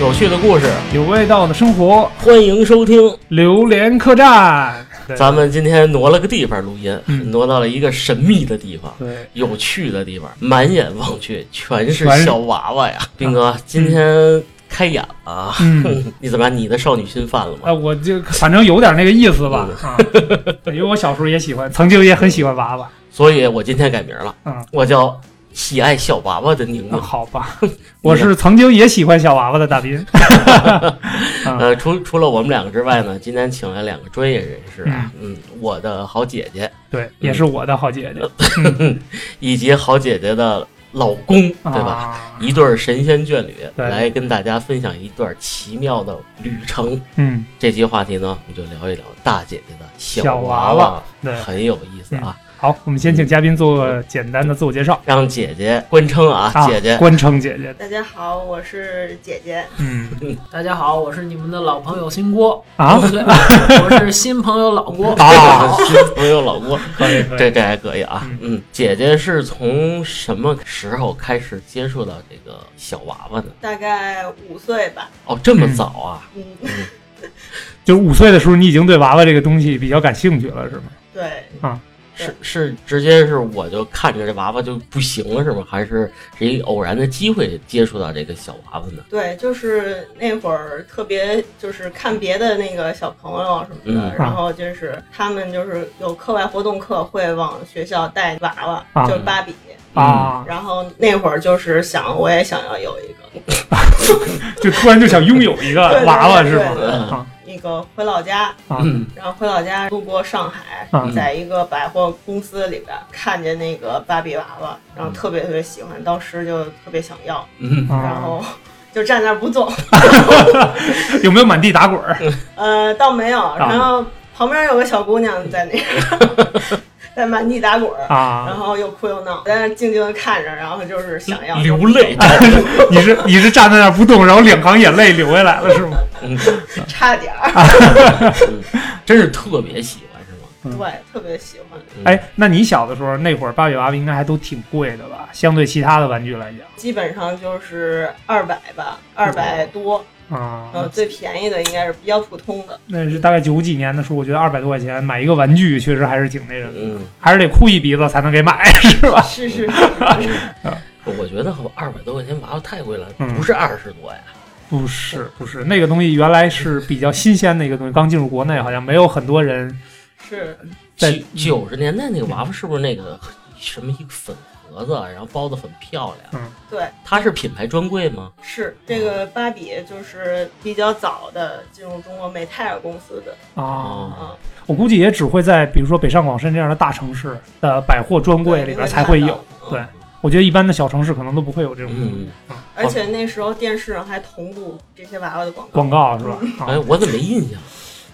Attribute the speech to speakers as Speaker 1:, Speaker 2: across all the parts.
Speaker 1: 有趣的故事，
Speaker 2: 有味道的生活，
Speaker 1: 欢迎收听。
Speaker 2: 榴莲客栈。对
Speaker 1: 咱们今天挪了个地方录音，
Speaker 2: 嗯
Speaker 1: 挪到了一个神秘的地方。
Speaker 2: 对
Speaker 1: 有趣的地方，满眼望去全是
Speaker 2: 全是啊
Speaker 1: 小娃娃呀！斌哥，今天开眼了啊，
Speaker 2: 嗯
Speaker 1: 你怎么样？你的少女心犯了吗？
Speaker 2: 啊，我就反正有点那个意思
Speaker 1: 嗯
Speaker 2: 吧，啊，对因为我小时候也喜欢，曾经也很喜欢娃娃，
Speaker 1: 所以我今天改名了，
Speaker 2: 嗯，
Speaker 1: 我叫喜爱小娃娃的宁
Speaker 2: 那
Speaker 1: 宁。
Speaker 2: 啊好吧，我是曾经也喜欢小娃娃的 大斌，嗯
Speaker 1: 呃，除除了我们两个之外呢，今天请来两个专业人士啊，嗯，我的好姐姐
Speaker 2: 对，也是我的好姐姐，
Speaker 1: 以及好姐姐的老嗯公，对吧？
Speaker 2: 啊，
Speaker 1: 一对儿神仙眷侣
Speaker 2: 对
Speaker 1: 来跟大家分享一段奇妙的旅程。
Speaker 2: 嗯，
Speaker 1: 这期话题呢，我们就聊一聊大姐姐的
Speaker 2: 小
Speaker 1: 娃
Speaker 2: 娃娃对嗯
Speaker 1: 很有意思啊。
Speaker 2: 好，我们先请嘉宾做个简单的自我介绍，
Speaker 1: 让姐姐官称啊，
Speaker 2: 啊，
Speaker 1: 姐姐，
Speaker 2: 官称姐姐，
Speaker 3: 大家好，我是姐姐。
Speaker 2: 嗯
Speaker 4: 大家好，我是你们的老朋友新郭
Speaker 2: 啊，
Speaker 4: 对我是新朋友老郭
Speaker 1: 啊，朋友老郭，
Speaker 2: 可以可以
Speaker 1: 这这还可以啊。嗯，姐姐是从什么时候开始接触到这个小娃娃呢？
Speaker 3: 大概五岁吧，
Speaker 1: 哦，这么早啊？
Speaker 3: 嗯，
Speaker 2: 就是五岁的时候，你已经对娃娃这个东西比较感兴趣了，是吗？
Speaker 3: 对，嗯
Speaker 1: 是是，直接是我就看着这娃娃就不行了，是吗？还是是一个偶然的机会接触到这个小娃娃呢？
Speaker 3: 对，就是那会儿特别就是看别的那个小朋友什么的，
Speaker 1: 嗯
Speaker 3: 然后就是他们就是有课外活动课会往学校带娃娃，
Speaker 2: 啊
Speaker 3: 就是芭比。
Speaker 1: 嗯
Speaker 2: 啊，
Speaker 3: 然后那会儿就是想，我也想要有一个
Speaker 2: 就突然就想拥有一个
Speaker 3: 对对
Speaker 2: 娃娃，是
Speaker 3: 对
Speaker 2: 吗？
Speaker 3: 对
Speaker 1: 嗯
Speaker 2: 啊
Speaker 3: 那个回老家，
Speaker 2: 啊，
Speaker 1: 嗯
Speaker 3: 然后回老家路过上海，
Speaker 2: 嗯
Speaker 3: 在一个百货公司里边看见那个芭比娃娃，然后特别特别喜欢，当时就特别想要。
Speaker 1: 嗯，
Speaker 2: 啊
Speaker 3: 然后就站那儿不 动，
Speaker 2: 有没有满地打滚儿？
Speaker 3: 呃，倒没有。然后旁边有个小姑娘在那个 在满地打滚儿，然
Speaker 2: 啊，
Speaker 3: 后又哭又闹，在那儿静静的看着，然后就是想要
Speaker 1: 流泪，
Speaker 2: 你是你是站在那儿不动，然后两行眼泪流下来了是吗？
Speaker 1: 嗯，
Speaker 3: 差点儿，嗯
Speaker 1: 真是特别喜欢，是吗？
Speaker 2: 嗯
Speaker 3: 对，特别喜欢。
Speaker 1: 嗯，
Speaker 2: 哎，那你小的时候那会儿芭比娃娃应该还都挺贵的吧？相对其他的玩具来讲
Speaker 3: 基本上就是二百吧，二百多，呃，
Speaker 2: 啊，
Speaker 3: 最便宜的应该是比较普通的，
Speaker 2: 那是大概九几年的时候，我觉得二百多块钱买一个玩具确实还是挺那什么的，
Speaker 1: 嗯。
Speaker 2: 还是得哭一鼻子才能给 买。
Speaker 3: 是是，
Speaker 1: 嗯我觉得二百多块钱娃娃太贵了，
Speaker 2: 嗯
Speaker 1: 不是二十多呀。
Speaker 2: 不是不是，那个东西原来是比较新鲜的一个东西，刚进入国内好像没有很多人
Speaker 3: 是
Speaker 2: 在嗯
Speaker 1: 九九十年代那个娃娃是不是那个什么一个粉盒子，啊然后包的很漂亮？
Speaker 2: 嗯
Speaker 3: 对。
Speaker 1: 它是品牌专柜吗？
Speaker 3: 是这个芭比，就是比较早的进入中国美泰尔公司的，
Speaker 2: 啊。
Speaker 1: 哦，
Speaker 3: 嗯，
Speaker 2: 我估计也只会在比如说北上广深这样的大城市的百货专柜里边才会有。
Speaker 3: 对
Speaker 2: 对，我觉得一般的小城市可能都不会有这种
Speaker 1: 嗯，
Speaker 3: 而且那时候电视上还同步这些娃娃的广告。
Speaker 2: 广告，是吧？啊
Speaker 1: 哎，，我怎么没印象？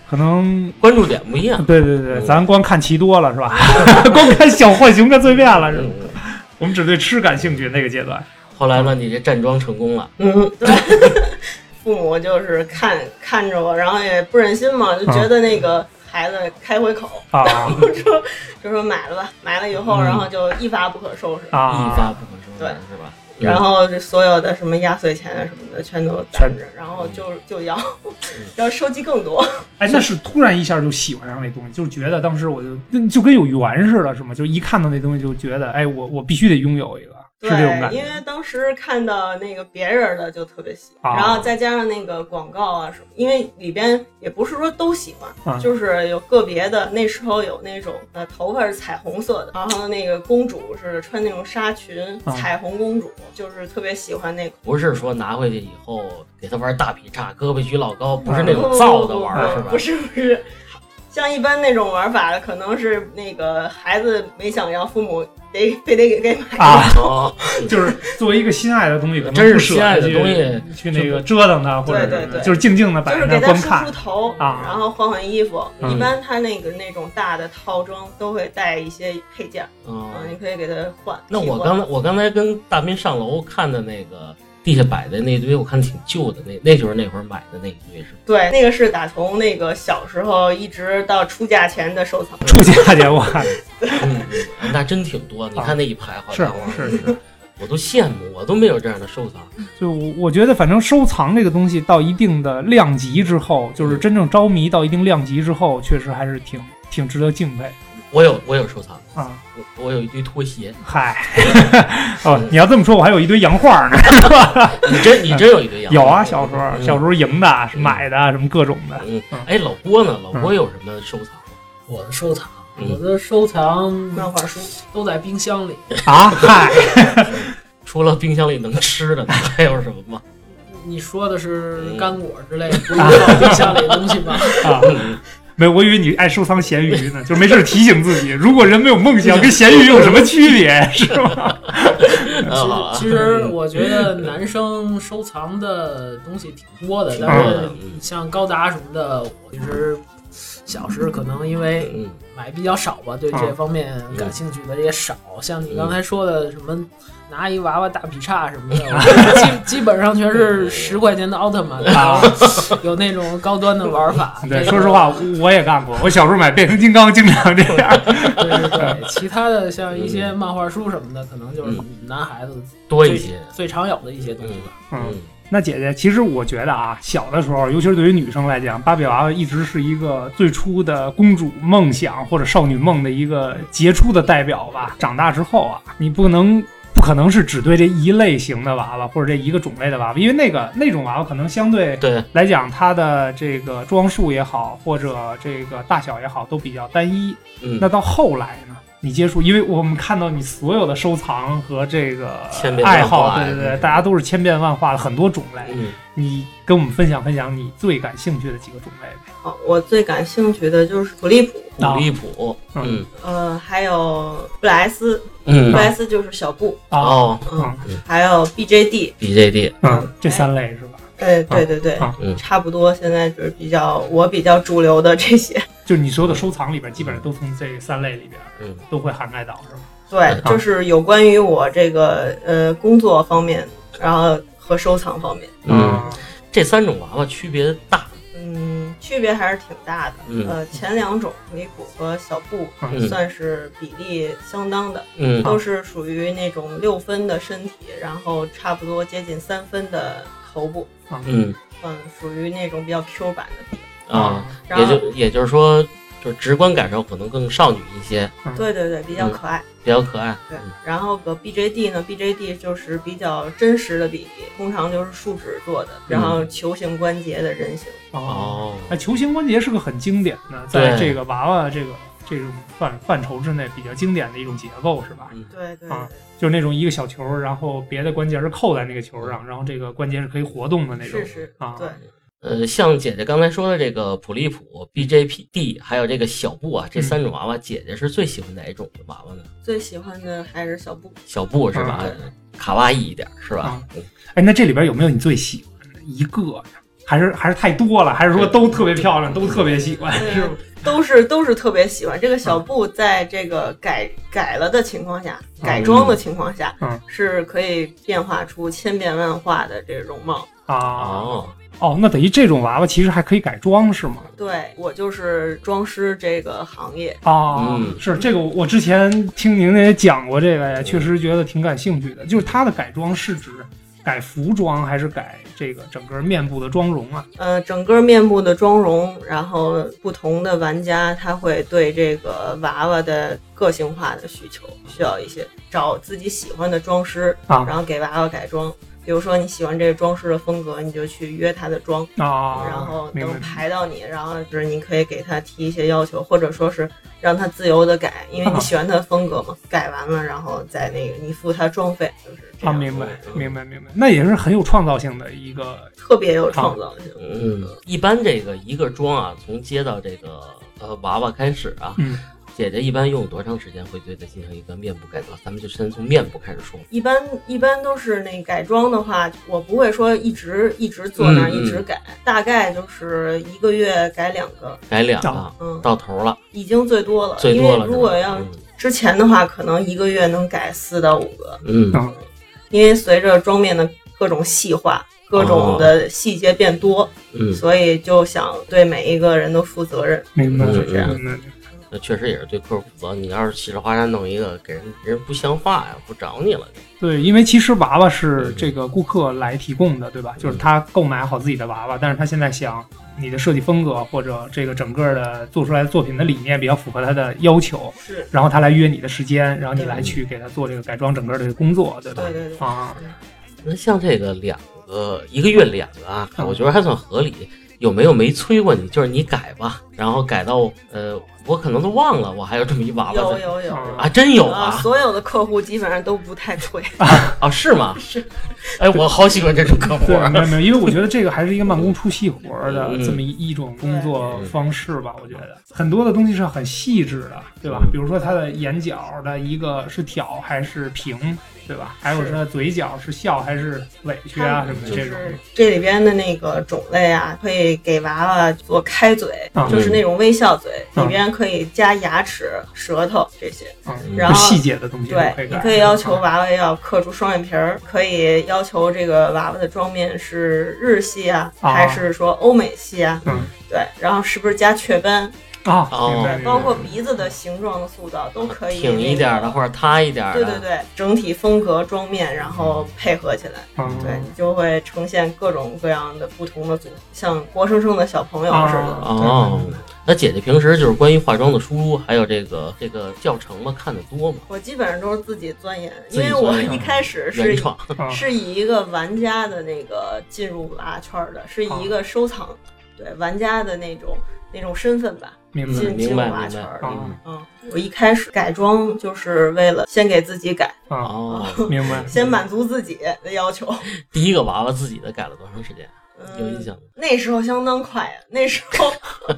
Speaker 2: 可能
Speaker 1: 关注点不一样。
Speaker 2: 对对对，
Speaker 1: 嗯
Speaker 2: 咱光看奇多了是吧？ 光看小浣熊跟碎片了是吧
Speaker 1: 嗯？嗯
Speaker 2: 我们只对吃感兴趣那个阶段。
Speaker 1: 后来呢，你这站桩成功了，
Speaker 3: 嗯，对。父母就是看看着我，然后也不忍心嘛，就觉得那个孩子开回口，
Speaker 2: 啊
Speaker 3: 就说买了吧，买了以后，
Speaker 1: 嗯
Speaker 3: 然后就一发不可收拾，
Speaker 1: 一
Speaker 2: 啊！
Speaker 1: 发不可收拾，
Speaker 3: 对
Speaker 1: 是吧？
Speaker 3: 然后这所有的什么压岁钱啊什么的全都攒着，然后就就要 要收集更多。
Speaker 2: 哎，那是突然一下就喜欢上那东西，就是觉得当时我就跟就跟有缘似的，是吗？就一看到那东西就觉得，哎，我我必须得拥有一个，是
Speaker 3: 对
Speaker 2: 这种感，
Speaker 3: 因
Speaker 2: 觉
Speaker 3: 为当时看到那个别人的就特别喜欢，
Speaker 2: 啊
Speaker 3: 然后再加上那个广告啊什么，因为里边也不是说都喜欢，
Speaker 2: 啊
Speaker 3: 就是有个别的。那时候有那种呃头发是彩虹色的，然后那个公主是穿那种纱裙，
Speaker 2: 啊
Speaker 3: 彩虹公主，就是特别喜欢那个。
Speaker 1: 不是说拿回去以后给他玩大劈叉，胳膊举老高，不是
Speaker 2: 嗯
Speaker 1: 那种造的玩儿，
Speaker 3: 哦不
Speaker 1: 吧？
Speaker 3: 不是不是，像一般那种玩法的，可能是那个孩子没想要，父母得非得给给买。
Speaker 2: 啊。
Speaker 1: 哦，
Speaker 2: 就是作为一个心爱的东西，可能
Speaker 1: 真是
Speaker 2: 不舍
Speaker 1: 心爱的
Speaker 2: 得去
Speaker 1: 东西
Speaker 2: 去那个折腾它，或者
Speaker 3: 对
Speaker 2: 什么的
Speaker 3: 对对
Speaker 2: 就是静静的摆
Speaker 3: 就是
Speaker 2: 在那
Speaker 3: 给
Speaker 2: 儿
Speaker 3: 他
Speaker 2: 观
Speaker 3: 梳
Speaker 2: 看
Speaker 3: 梳头，
Speaker 2: 啊
Speaker 3: 然后换换衣服。
Speaker 2: 嗯
Speaker 3: 一般他那个那种大的套装都会带一些配件，啊，
Speaker 1: 嗯
Speaker 3: 你可以给他换。
Speaker 1: 那我
Speaker 3: 替换
Speaker 1: 刚才我刚才跟大斌上楼看的那个地下摆的那堆，我看挺旧的，那那就是那会儿买的那一堆，是吧？
Speaker 3: 对那个是打从那个小时候一直到出嫁前的收藏。
Speaker 2: 出家去，我看
Speaker 1: 嗯，嗯那真挺多。你看那一排，好
Speaker 2: 啊是
Speaker 1: 像
Speaker 2: 是是，
Speaker 1: 我都羡慕，我都没有这样的收藏。
Speaker 2: 就我我觉得，反正收藏这个东西到一定的量级之后，就是真正着迷到一定量级之后，确实还是挺挺值得敬佩
Speaker 1: 我有我有收藏，
Speaker 2: 啊。
Speaker 1: 我我有一堆拖鞋，
Speaker 2: 嗨， 哦，你要这么说，我还有一堆洋画呢。
Speaker 1: 你真你真有一堆洋？
Speaker 2: 有啊，小时候
Speaker 1: 嗯
Speaker 2: 小时候赢的、买的什么各种的。
Speaker 1: 嗯，哎，老郭呢？老
Speaker 2: 嗯
Speaker 1: 郭有什么收藏？
Speaker 4: 我的收藏，
Speaker 1: 嗯
Speaker 4: 我的收藏
Speaker 3: 漫画书，
Speaker 4: 都在冰箱里。
Speaker 1: 嗯
Speaker 2: 啊，嗨，
Speaker 1: 除了冰箱里能吃 的，还有什么吗？
Speaker 4: 你说的是
Speaker 1: 嗯
Speaker 4: 干果之类的，不是放冰箱里的东西 吗？
Speaker 2: 啊，
Speaker 1: 嗯
Speaker 2: 没有，我以为你爱收藏咸鱼呢， 就没事儿提醒自己，如果人没有梦想，跟咸鱼有什么区别？是吧？
Speaker 1: 嗯，好了，
Speaker 4: 其实，其实我觉得男生收藏的东西挺多的，
Speaker 1: 挺
Speaker 4: 但
Speaker 1: 多的
Speaker 4: 是像高达什么的，我其实小时候可能因为
Speaker 1: 嗯
Speaker 4: 买比较少吧，对
Speaker 2: 啊
Speaker 4: 这方面感兴趣的也少。像
Speaker 1: 嗯
Speaker 4: 你刚才说的什么拿一娃娃大劈叉什么的，
Speaker 1: 嗯
Speaker 4: 我基基 本上全是十块钱的奥特曼，然
Speaker 1: 啊
Speaker 4: 后有那种高端的玩法。
Speaker 2: 对，
Speaker 4: 这个
Speaker 2: 说实话，我也干过，我小时候买变形金刚经常这样。
Speaker 4: 对对对，其他的像一些漫画书什么的，可能就是男孩子
Speaker 1: 嗯多一些。
Speaker 4: 最常有的一些东西吧。
Speaker 2: 嗯，
Speaker 1: 嗯
Speaker 2: 那姐姐，其实我觉得啊，小的时候，尤其是对于女生来讲，芭比娃娃一直是一个最初的公主梦想或者少女梦的一个杰出的代表吧。长大之后啊，你不能。不可能是只对这一类型的娃娃或者这一个种类的娃娃，因为那个那种娃娃可能相对
Speaker 1: 对，
Speaker 2: 来讲，它的这个装束也好，或者这个大小也好，都比较单一。
Speaker 1: 嗯
Speaker 2: 那，到后来呢？你接触，因为我们看到你所有的收藏和这个
Speaker 1: 千变万化
Speaker 2: 爱好，对对对，
Speaker 1: 嗯
Speaker 2: 大家都是千变万化的很多种类。
Speaker 1: 嗯
Speaker 2: 你跟我们分享分享你最感兴趣的几个种类呗。
Speaker 3: 哦我最感兴趣的就是普利普，
Speaker 1: 古力普，
Speaker 2: 啊
Speaker 1: 嗯
Speaker 3: 呃，还有布莱斯，布
Speaker 1: 嗯，
Speaker 3: 莱斯就是小布，
Speaker 2: 啊，
Speaker 1: 哦
Speaker 3: 嗯，还有 BJD，
Speaker 1: ，BJD，
Speaker 2: 嗯，这三类是吧？
Speaker 3: 哎，对对对
Speaker 2: 啊
Speaker 1: 嗯，
Speaker 3: 差不多，现在就是比较我比较主流的这些，
Speaker 2: 就是你所有的收藏里边，基本上都从这三类里边
Speaker 1: 嗯
Speaker 2: 都会涵盖到，是吧？
Speaker 3: 对，就是有关于我这个呃工作方面，然后和收藏方面，
Speaker 1: 嗯，这三种娃娃区别大。
Speaker 3: 嗯，区别还是挺大的。
Speaker 1: 嗯
Speaker 3: 呃，前两种离谱和小布
Speaker 1: 嗯
Speaker 3: 算是比例相当的，
Speaker 1: 嗯
Speaker 3: 都是属于那种六分的身体，然后差不多接近三分的头部，
Speaker 1: 嗯
Speaker 3: 嗯，属于那种比较 Q 版的。
Speaker 2: 嗯
Speaker 1: 啊，
Speaker 3: 嗯然
Speaker 1: 也
Speaker 3: 后，
Speaker 1: 就也就是说，就是直观感受可能更少女一些，
Speaker 3: 对对对，
Speaker 1: 嗯
Speaker 3: 比较可爱。
Speaker 1: 比较可爱。嗯
Speaker 3: 对，然后个 BJD 呢，BJD 就是比较真实的比例，通常就是树脂做的，
Speaker 1: 嗯
Speaker 3: 然后球形关节的人形。
Speaker 2: 哦，
Speaker 1: 哦，
Speaker 2: 那球形关节是个很经典的，在
Speaker 1: 对
Speaker 2: 这个娃娃这个这种范范畴之内比较经典的一种结构，是吧？
Speaker 1: 嗯
Speaker 3: 对对
Speaker 2: 啊就是那种一个小球，然后别的关节是扣在那个球上，然后这个关节是可以活动的那
Speaker 3: 对，
Speaker 2: 种
Speaker 3: 是是，
Speaker 2: 啊。
Speaker 3: 对，
Speaker 1: 呃，像姐姐刚才说的这个普利普、BJPD，还有这个小布啊，这三种娃娃，姐姐是最喜欢哪一种的娃娃呢？
Speaker 3: 最喜欢的还是小布。
Speaker 1: 小布是吧？
Speaker 3: 嗯
Speaker 1: 卡哇伊一点是吧？
Speaker 2: 哎，那这里边有没有你最喜欢的一个呀？还是还是太多了？还是说都特别漂亮，都特别喜欢？
Speaker 3: 对
Speaker 2: 是嗯吧？
Speaker 3: 都是都是特别喜欢这个小布，在这个改改了的情况下，改装的情况下，
Speaker 2: 啊嗯
Speaker 3: 是可以变化出千变万化的这容貌。
Speaker 2: 啊
Speaker 1: 哦，
Speaker 2: 哦，那等于这种娃娃其实还可以改装是吗？
Speaker 3: 对我就是装饰这个行业，
Speaker 2: 啊，
Speaker 1: 嗯
Speaker 2: 是这个，我之前听您也讲过这个呀，确实觉得挺感兴趣的。就是它的改装是指改服装，还是改这个整个面部的妆容啊？
Speaker 3: 呃，整个面部的妆容，然后不同的玩家他会对这个娃娃的个性化的需求，需要一些找自己喜欢的装饰，
Speaker 2: 啊
Speaker 3: 然后给娃娃改装。比如说你喜欢这个装饰的风格，你就去约他的妆。
Speaker 2: 啊，
Speaker 3: 然后
Speaker 2: 明白
Speaker 3: 能排到你，然后就是你可以给他提一些要求，或者说是让他自由的改，因为
Speaker 2: 啊
Speaker 3: 你喜欢他的风格嘛。改完了，然后再那个你付他装费，就是这
Speaker 2: 啊，
Speaker 3: 样，嗯
Speaker 2: 明白，明白，明白，那也是很有创造性的一个
Speaker 3: 特别
Speaker 2: 啊
Speaker 3: 有创造性。
Speaker 1: 嗯，一般这个一个妆啊，从接到这个呃娃娃开始啊，
Speaker 2: 嗯
Speaker 1: 姐姐一般用多长时间会对它进行一个面部改造？咱们就先从面部开始说。
Speaker 3: 一般一般都是那改装的话，我不会说一直一直坐那儿
Speaker 1: 嗯嗯
Speaker 3: 一直改，大概就是一个月改两个，
Speaker 1: 改两个，
Speaker 3: 嗯，
Speaker 1: 到头了，
Speaker 3: 已经最多了。
Speaker 1: 最多了是吧。嗯
Speaker 3: 因为如果要之前的话，可能一个月能改四到五个，
Speaker 1: 嗯
Speaker 2: 啊
Speaker 1: 嗯
Speaker 3: 因为随着妆面的各种细化。各
Speaker 1: 哦
Speaker 3: 种的细节变多，
Speaker 1: 嗯，
Speaker 3: 所以就想对每一个人都负责任。
Speaker 2: 明白，
Speaker 1: 嗯
Speaker 2: 明
Speaker 1: 嗯
Speaker 2: 白。
Speaker 1: 那确实也是对客户负责。你要是稀里哗啦弄一个，给人人不像话呀，不找你了。
Speaker 2: 对，因为其实娃娃是这个顾客来提供的，对
Speaker 3: 嗯
Speaker 2: 吧？就是他购买好自己的娃娃，但是他现在想你的设计风格或者这个整个的做出来的作品的理念比较符合他的要求，
Speaker 3: 是，
Speaker 2: 然后他来约你的时间，然后你来去给他做这个改装整个的工作，对吧？
Speaker 3: 嗯对对对，
Speaker 2: 啊，
Speaker 1: 那像这个两个一个月两个啊，
Speaker 2: 嗯
Speaker 1: 我觉得还算合理。有没有没催过你？就是你改吧，然后改到呃，我可能都忘了，我还有这么一娃娃
Speaker 3: 有
Speaker 1: 在
Speaker 3: 有有
Speaker 2: 啊
Speaker 1: 啊，真有
Speaker 3: 啊，
Speaker 1: 啊
Speaker 3: 所有的客户基本上都不太催，
Speaker 1: 啊，是吗？是， 哎，我好喜欢这种客户
Speaker 2: 对，
Speaker 1: 啊。
Speaker 2: 没有没有，因为我觉得这个还是一个慢工出细活儿的
Speaker 1: 嗯
Speaker 2: 这么一一种工作方式吧。我觉得很多的东西是很细致的，对
Speaker 1: 嗯
Speaker 2: 吧？比如说它的眼角的一个是挑还是平，对吧？还有
Speaker 3: 是
Speaker 2: 是它嘴角是笑还是委屈啊什么的
Speaker 3: 就
Speaker 2: 这种。
Speaker 3: 是这里边的那个种类啊，会给娃娃做开嘴，
Speaker 2: 啊
Speaker 3: 就是那种微笑嘴，
Speaker 2: 嗯
Speaker 3: 里边可以加牙齿、舌头这些。
Speaker 2: 啊，
Speaker 3: 然后
Speaker 2: 细节的东西都
Speaker 3: 对
Speaker 2: 可以，
Speaker 3: 你
Speaker 2: 改
Speaker 3: 可以要求娃娃要刻出双眼皮儿，可以要求这个娃娃的妆面是日系啊，
Speaker 2: 啊
Speaker 3: 还是说欧美系啊？
Speaker 2: 嗯
Speaker 3: 对，然后是不是加雀斑？
Speaker 2: 啊，
Speaker 1: 哦
Speaker 2: 明白
Speaker 3: 对，
Speaker 2: 明白
Speaker 3: 包括鼻子的形状的塑造都可以。
Speaker 1: 挺一点儿的，。或者塌一点儿
Speaker 3: 对
Speaker 1: 的。
Speaker 3: 对对，整体风格妆面，然后配合起来，
Speaker 2: 嗯
Speaker 3: 对你就会呈现各种各样的不同的组合，像活生生的小朋友似的。
Speaker 1: 哦，那姐姐平时就是关于化妆的书，还有这个这个教程嘛，看的多嘛，
Speaker 3: 我基本上都是自己钻研，
Speaker 1: 自
Speaker 3: 因
Speaker 1: 己
Speaker 3: 为我
Speaker 1: 钻研啊
Speaker 3: 一开始是
Speaker 1: 原
Speaker 3: 以
Speaker 1: 创。
Speaker 2: 啊
Speaker 3: 是以一个玩家的那个进入娃圈儿的，是以一个收藏、
Speaker 1: 嗯
Speaker 3: 对玩家的那种那种身份吧
Speaker 2: 明白
Speaker 3: 进进
Speaker 1: 明
Speaker 3: 入
Speaker 1: 白
Speaker 3: 娃
Speaker 1: 明
Speaker 3: 圈
Speaker 1: 白
Speaker 3: 儿。的。
Speaker 2: 啊
Speaker 3: 嗯，我一开始改装就是为了先给自己改，
Speaker 2: 啊，
Speaker 1: 哦，
Speaker 2: 明白。
Speaker 3: 先满足自己的要求。
Speaker 1: 第一个娃娃自己的改了多长时间？有印
Speaker 3: 嗯，
Speaker 1: 象吗？
Speaker 3: 那时候相当快呀，那时候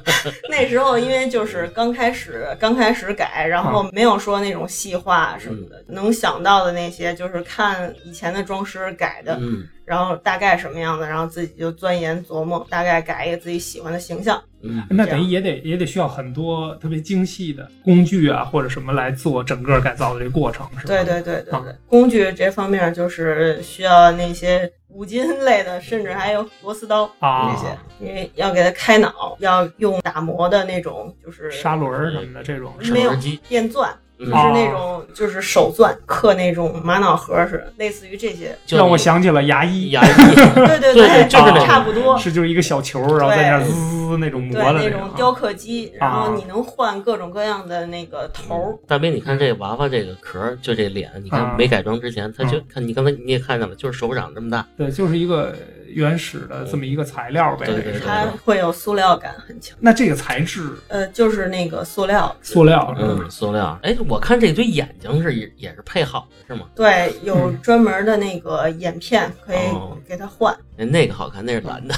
Speaker 3: 那时候因为就是刚开始刚开始改，然后
Speaker 2: 嗯
Speaker 3: 没有说那种细化什么的，能想到的那些就是看以前的装饰改的，
Speaker 1: 嗯
Speaker 3: 然后大概什么样的，然后自己就钻研琢磨，大概改一个自己喜欢的形象。
Speaker 1: 嗯，
Speaker 2: 那等于也得也得需要很多特别精细的工具啊，或者什么来做整个改造的这个过程，是吧？
Speaker 3: 对对对对
Speaker 2: 啊
Speaker 3: 对，工具这方面就是需要那些五金类的，甚至还有螺丝刀
Speaker 2: 啊
Speaker 3: 这些，因为要给它开脑，要用打磨的那种，就是
Speaker 2: 砂轮儿什么的这种
Speaker 1: 齿
Speaker 3: 没有
Speaker 1: 轮机，
Speaker 3: 电钻，
Speaker 1: 嗯
Speaker 3: 就，是那种就是手钻
Speaker 2: 哦
Speaker 3: 刻那种玛瑙盒似的，类似于 这些。
Speaker 1: 就
Speaker 2: 让
Speaker 1: 你
Speaker 2: 我想起了牙医，
Speaker 1: 牙医，
Speaker 3: 对
Speaker 1: 对
Speaker 3: 对
Speaker 1: 对就是
Speaker 2: 那个
Speaker 3: 差不多。
Speaker 2: 是就是一个小球，然后在那儿滋滋滋那种磨的
Speaker 3: 对，那
Speaker 2: 种
Speaker 3: 种
Speaker 2: 啊
Speaker 3: 雕刻机，然
Speaker 2: 啊
Speaker 3: 后你能换各种各样的那个头儿，
Speaker 1: 大斌，你看这娃娃这个壳儿，就这脸，你
Speaker 2: 啊嗯
Speaker 1: 看没改装之前，他就看你刚才你也看见了，就是手掌这么大，
Speaker 2: 对，就是一个原始的这么一个材料呗。
Speaker 1: 对对对
Speaker 2: 是
Speaker 3: 它会有塑料感很强。
Speaker 2: 那这个材质，
Speaker 3: 呃，就是那个塑料，
Speaker 2: 塑料是吧
Speaker 1: 嗯，塑料。哎，我看这对眼睛是也也是配好的，是吗？
Speaker 3: 对，有
Speaker 2: 嗯
Speaker 3: 专门的那个眼片可以
Speaker 1: 哦
Speaker 3: 给它换，
Speaker 1: 哎，那个好看，那是蓝的，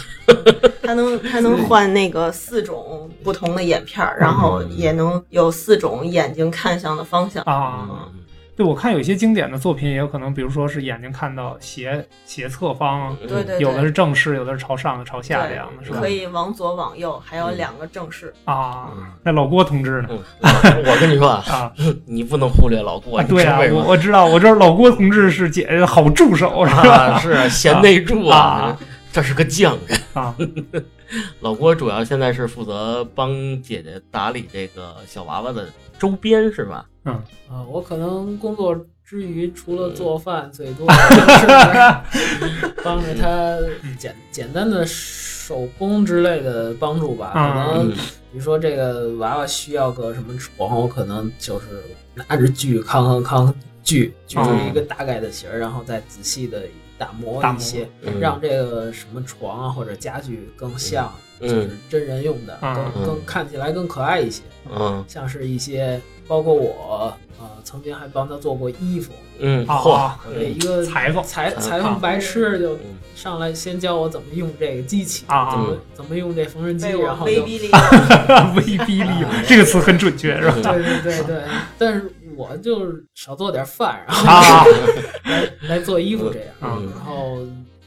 Speaker 3: 它 能它能换那个四种不同的眼片儿，然后也能有四种眼睛看向的方向。
Speaker 2: 啊。
Speaker 1: 嗯
Speaker 2: 对，我看有一些经典的作品，也有可能，比如说是眼睛看到斜斜侧方，
Speaker 1: 嗯
Speaker 3: 对对
Speaker 2: 有的
Speaker 3: 对，
Speaker 2: 是正视，有的是朝上的、朝下这样的，是吧
Speaker 3: 可？以往左往右，还有两个正视。
Speaker 2: 啊，那老郭同志呢？
Speaker 1: 嗯，我我跟你说啊，
Speaker 2: 啊，
Speaker 1: 你不能忽略老郭，
Speaker 2: 啊
Speaker 1: 你知
Speaker 2: 对啊
Speaker 1: 道为，什么
Speaker 2: 我
Speaker 1: 吗
Speaker 2: 我知道，我知道老郭同志是姐好助手是吧？
Speaker 1: 啊，是啊贤内助啊
Speaker 2: 啊，
Speaker 1: 这是个匠人。
Speaker 2: 啊，
Speaker 1: 老郭主要现在是负责帮姐姐打理这个小娃娃的周边，是吧？嗯
Speaker 4: 啊，我可能工作之余除了做饭，最 多就是帮着他
Speaker 2: 嗯
Speaker 4: 简简单的手工之类的帮助吧。
Speaker 2: 嗯
Speaker 4: 可能
Speaker 1: 嗯
Speaker 4: 比如说这个娃娃需要个什么床，我可能就是拿着锯，康康康锯锯出一个大概的形儿，然后再仔细的打磨
Speaker 2: 嗯打磨
Speaker 4: 一些，
Speaker 1: 嗯
Speaker 4: 让这个什么床啊或者家具更像。就是
Speaker 1: 嗯
Speaker 4: 真人用的，
Speaker 2: 嗯
Speaker 4: 更更看起来更可爱一些。
Speaker 1: 嗯
Speaker 4: 像是一些包括我呃曾经还帮他做过衣服，
Speaker 1: 嗯，嚯，
Speaker 2: 啊，
Speaker 4: 我这一个
Speaker 2: 裁缝
Speaker 4: 裁
Speaker 1: 嗯
Speaker 4: 裁缝白痴就
Speaker 1: 嗯
Speaker 4: 上来先教我怎么用这个机器，
Speaker 2: 啊
Speaker 4: 怎么怎么用这缝纫机
Speaker 3: 被，
Speaker 4: 然
Speaker 3: 我
Speaker 4: 后
Speaker 3: 威
Speaker 4: 就
Speaker 3: 逼利，
Speaker 2: 威逼利诱这个词很准确是吧？
Speaker 4: 对
Speaker 1: 嗯
Speaker 4: 对对对，但是我就是少做点饭，然后
Speaker 2: 啊
Speaker 4: 来来做衣服这样，
Speaker 1: 嗯
Speaker 4: 然后。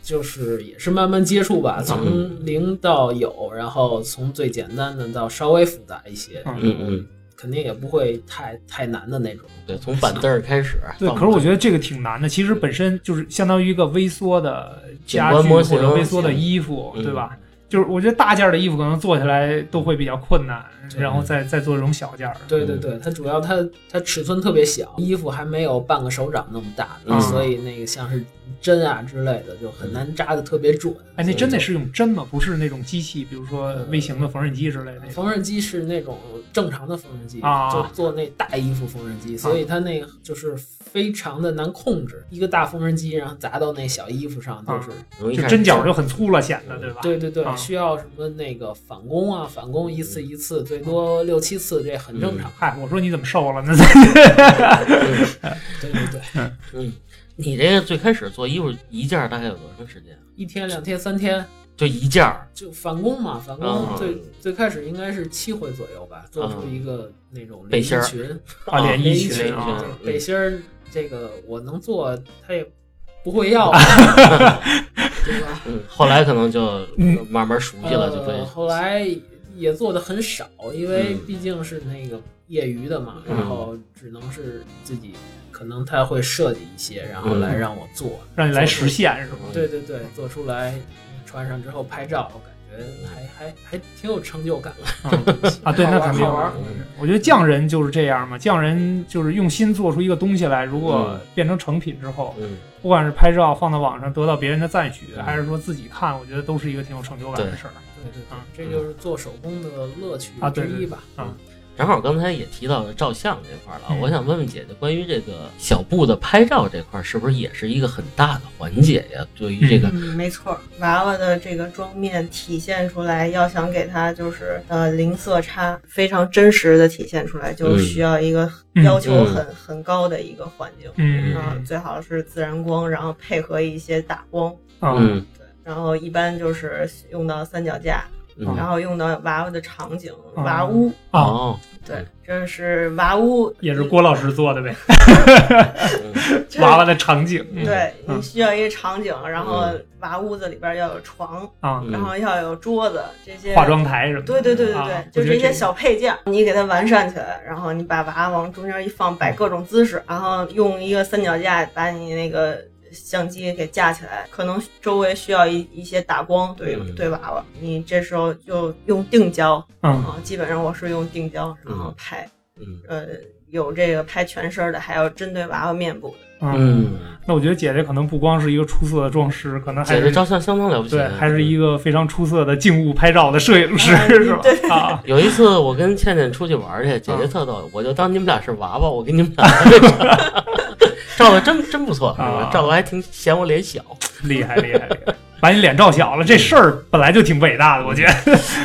Speaker 4: 就是也是慢慢接触吧，从零到有，然后从最简单的到稍微复杂一些，
Speaker 2: 嗯
Speaker 1: 嗯嗯，
Speaker 4: 肯定也不会太太难的那种。
Speaker 1: 对，从板凳儿开始。
Speaker 2: 对，可是我觉得这个挺难的。其实本身就是相当于一个微缩的家
Speaker 1: 景观
Speaker 2: 具
Speaker 1: 模
Speaker 2: 或
Speaker 1: 型
Speaker 2: 者微缩的衣服，
Speaker 1: 嗯
Speaker 2: 对吧？就是我觉得大件儿的衣服可能做起来都会比较困难，然后再再做这种小件儿。
Speaker 4: 对对
Speaker 1: 嗯
Speaker 4: 对，它主要它它尺寸特别小，衣服还没有半个手掌那么大，
Speaker 1: 啊
Speaker 2: 嗯
Speaker 4: 所以那个像是针啊之类的就很难扎的特别准。
Speaker 2: 哎，那真得是用针吗？不是那种机器，比如说微型的缝纫机之类的那种。
Speaker 4: 缝纫机是那种正常的缝纫机，
Speaker 2: 啊
Speaker 4: 就做那大衣服缝纫
Speaker 1: 啊
Speaker 4: 机，所以它那个就是非常的难控制。一个大缝纫机，然后砸到那小衣服上，就是、
Speaker 1: 容易
Speaker 2: 就
Speaker 1: 看
Speaker 2: 针脚就很粗了，显得对吧？
Speaker 4: 对对对，
Speaker 2: 啊
Speaker 4: 需要什么那个反攻啊，反攻一
Speaker 1: 嗯
Speaker 4: 次一次，最多六七次，这很正常。
Speaker 2: 嗨，我说你怎么瘦了呢？
Speaker 4: 对对对，
Speaker 1: 你这个最开始做衣服一件儿大概有多长时间？啊
Speaker 4: 一天两天三天
Speaker 1: 就一件儿，
Speaker 4: 就反攻嘛，反攻
Speaker 1: 嗯
Speaker 4: 最、最开始应该是七回左右吧，做出一个那种
Speaker 1: 啊背
Speaker 4: 连衣
Speaker 1: 心儿
Speaker 4: 裙，
Speaker 2: 啊，连衣
Speaker 4: 连衣
Speaker 1: 连
Speaker 2: 裙
Speaker 1: 衣
Speaker 2: 啊
Speaker 1: 裙，
Speaker 4: 对背心儿这个我能做，他也不 会要，对吧？
Speaker 1: 嗯，后来可能就
Speaker 2: 嗯
Speaker 1: 慢慢熟悉了，就
Speaker 4: 呃、
Speaker 1: 会
Speaker 4: 后来也做的很少，因为
Speaker 1: 嗯
Speaker 4: 毕竟是那个业余的嘛，
Speaker 1: 嗯
Speaker 4: 然后只能是自己，可能他会设计一些，然后
Speaker 2: 嗯
Speaker 4: 来让我做。
Speaker 2: 让你来实现是吗？
Speaker 4: 对对对，做出来穿上之后拍照，我感觉还还还挺有成就感的。 这个东西
Speaker 2: 啊，对，
Speaker 4: 好
Speaker 2: 那
Speaker 4: 玩
Speaker 2: 肯定
Speaker 4: 好玩
Speaker 2: 的。我觉得匠人就是这样嘛，匠人就是用心做出一个东西来，如果变成成品之后，
Speaker 1: 嗯，
Speaker 2: 不管是拍照放到网上得到别人的赞许，
Speaker 1: 嗯
Speaker 2: 还是说自己看，我觉得都是一个挺有成就感的事儿。
Speaker 4: 对对对
Speaker 2: 啊，
Speaker 4: 这就是做手工的乐趣
Speaker 2: 啊对
Speaker 4: 之
Speaker 2: 对
Speaker 4: 一吧。
Speaker 2: 啊
Speaker 1: 正好刚才也提到了照相这块儿了，
Speaker 2: 嗯
Speaker 1: 我想问问姐姐，关于这个小布的拍照这块，儿，是不是也是一个很大的环节呀？对于这个，
Speaker 3: 嗯，没错，娃娃的这个妆面体现出来，要想给它就是呃零色差，非常真实的体现出来，就
Speaker 1: 嗯
Speaker 3: 需要一个
Speaker 2: 嗯
Speaker 3: 要求
Speaker 1: 嗯
Speaker 3: 很、很高的一个环境。
Speaker 2: 嗯
Speaker 3: 啊，最好是自然光，然后配合一些打光，
Speaker 2: 啊，
Speaker 1: 嗯
Speaker 3: 对，然后一般就是用到三脚架，然
Speaker 1: 嗯，
Speaker 3: 后用到娃娃的场景
Speaker 2: 嗯
Speaker 3: 娃屋，
Speaker 2: 啊，
Speaker 1: 哦，
Speaker 3: 对，这是娃屋，
Speaker 2: 也是郭老师做的呗，
Speaker 3: 这
Speaker 2: 娃娃的场景。嗯
Speaker 3: 对，
Speaker 2: 嗯
Speaker 3: 你需要一个场景，然后娃屋子里边要有床，
Speaker 2: 啊，
Speaker 1: 嗯
Speaker 3: 然后要有桌子这些
Speaker 2: 化。妆台什么的。
Speaker 3: 嗯对对对对对，
Speaker 2: 啊
Speaker 3: 就
Speaker 2: 我觉得
Speaker 3: 这
Speaker 2: 这
Speaker 3: 些
Speaker 2: 个
Speaker 3: 小配件，你给它完善起来，然后你把娃娃往中间一放，摆各种姿势，然后用一个三脚架把你那个相机给架起来，可能周围需要一一些打光，对、
Speaker 1: 嗯
Speaker 3: 对娃娃，你这时候就用定焦
Speaker 2: 嗯
Speaker 3: 啊，基本上我是用定焦，然后
Speaker 1: 嗯
Speaker 3: 拍，
Speaker 1: 嗯
Speaker 3: 呃，有这个拍全身的，还有针对娃娃面部的。
Speaker 2: 嗯，
Speaker 1: 嗯，
Speaker 2: 那我觉得姐姐可能不光是一个出色的妆师，可能还
Speaker 1: 姐姐
Speaker 2: 是
Speaker 1: 照相相当了不起
Speaker 2: 对
Speaker 1: 啊，，
Speaker 2: 还是一个非常出色的静物拍照的摄影师，
Speaker 3: 嗯
Speaker 2: 是吧？啊，
Speaker 1: 有一次我跟倩倩出去玩儿去，姐
Speaker 2: 嗯
Speaker 1: 姐特逗，我就当你们俩是娃娃，我给你们俩 照的真真不错，是吧
Speaker 2: 啊
Speaker 1: 照的还挺显我脸小。
Speaker 2: 厉害厉害厉害！把你脸照小了，这事儿本来就挺伟大的，我觉得。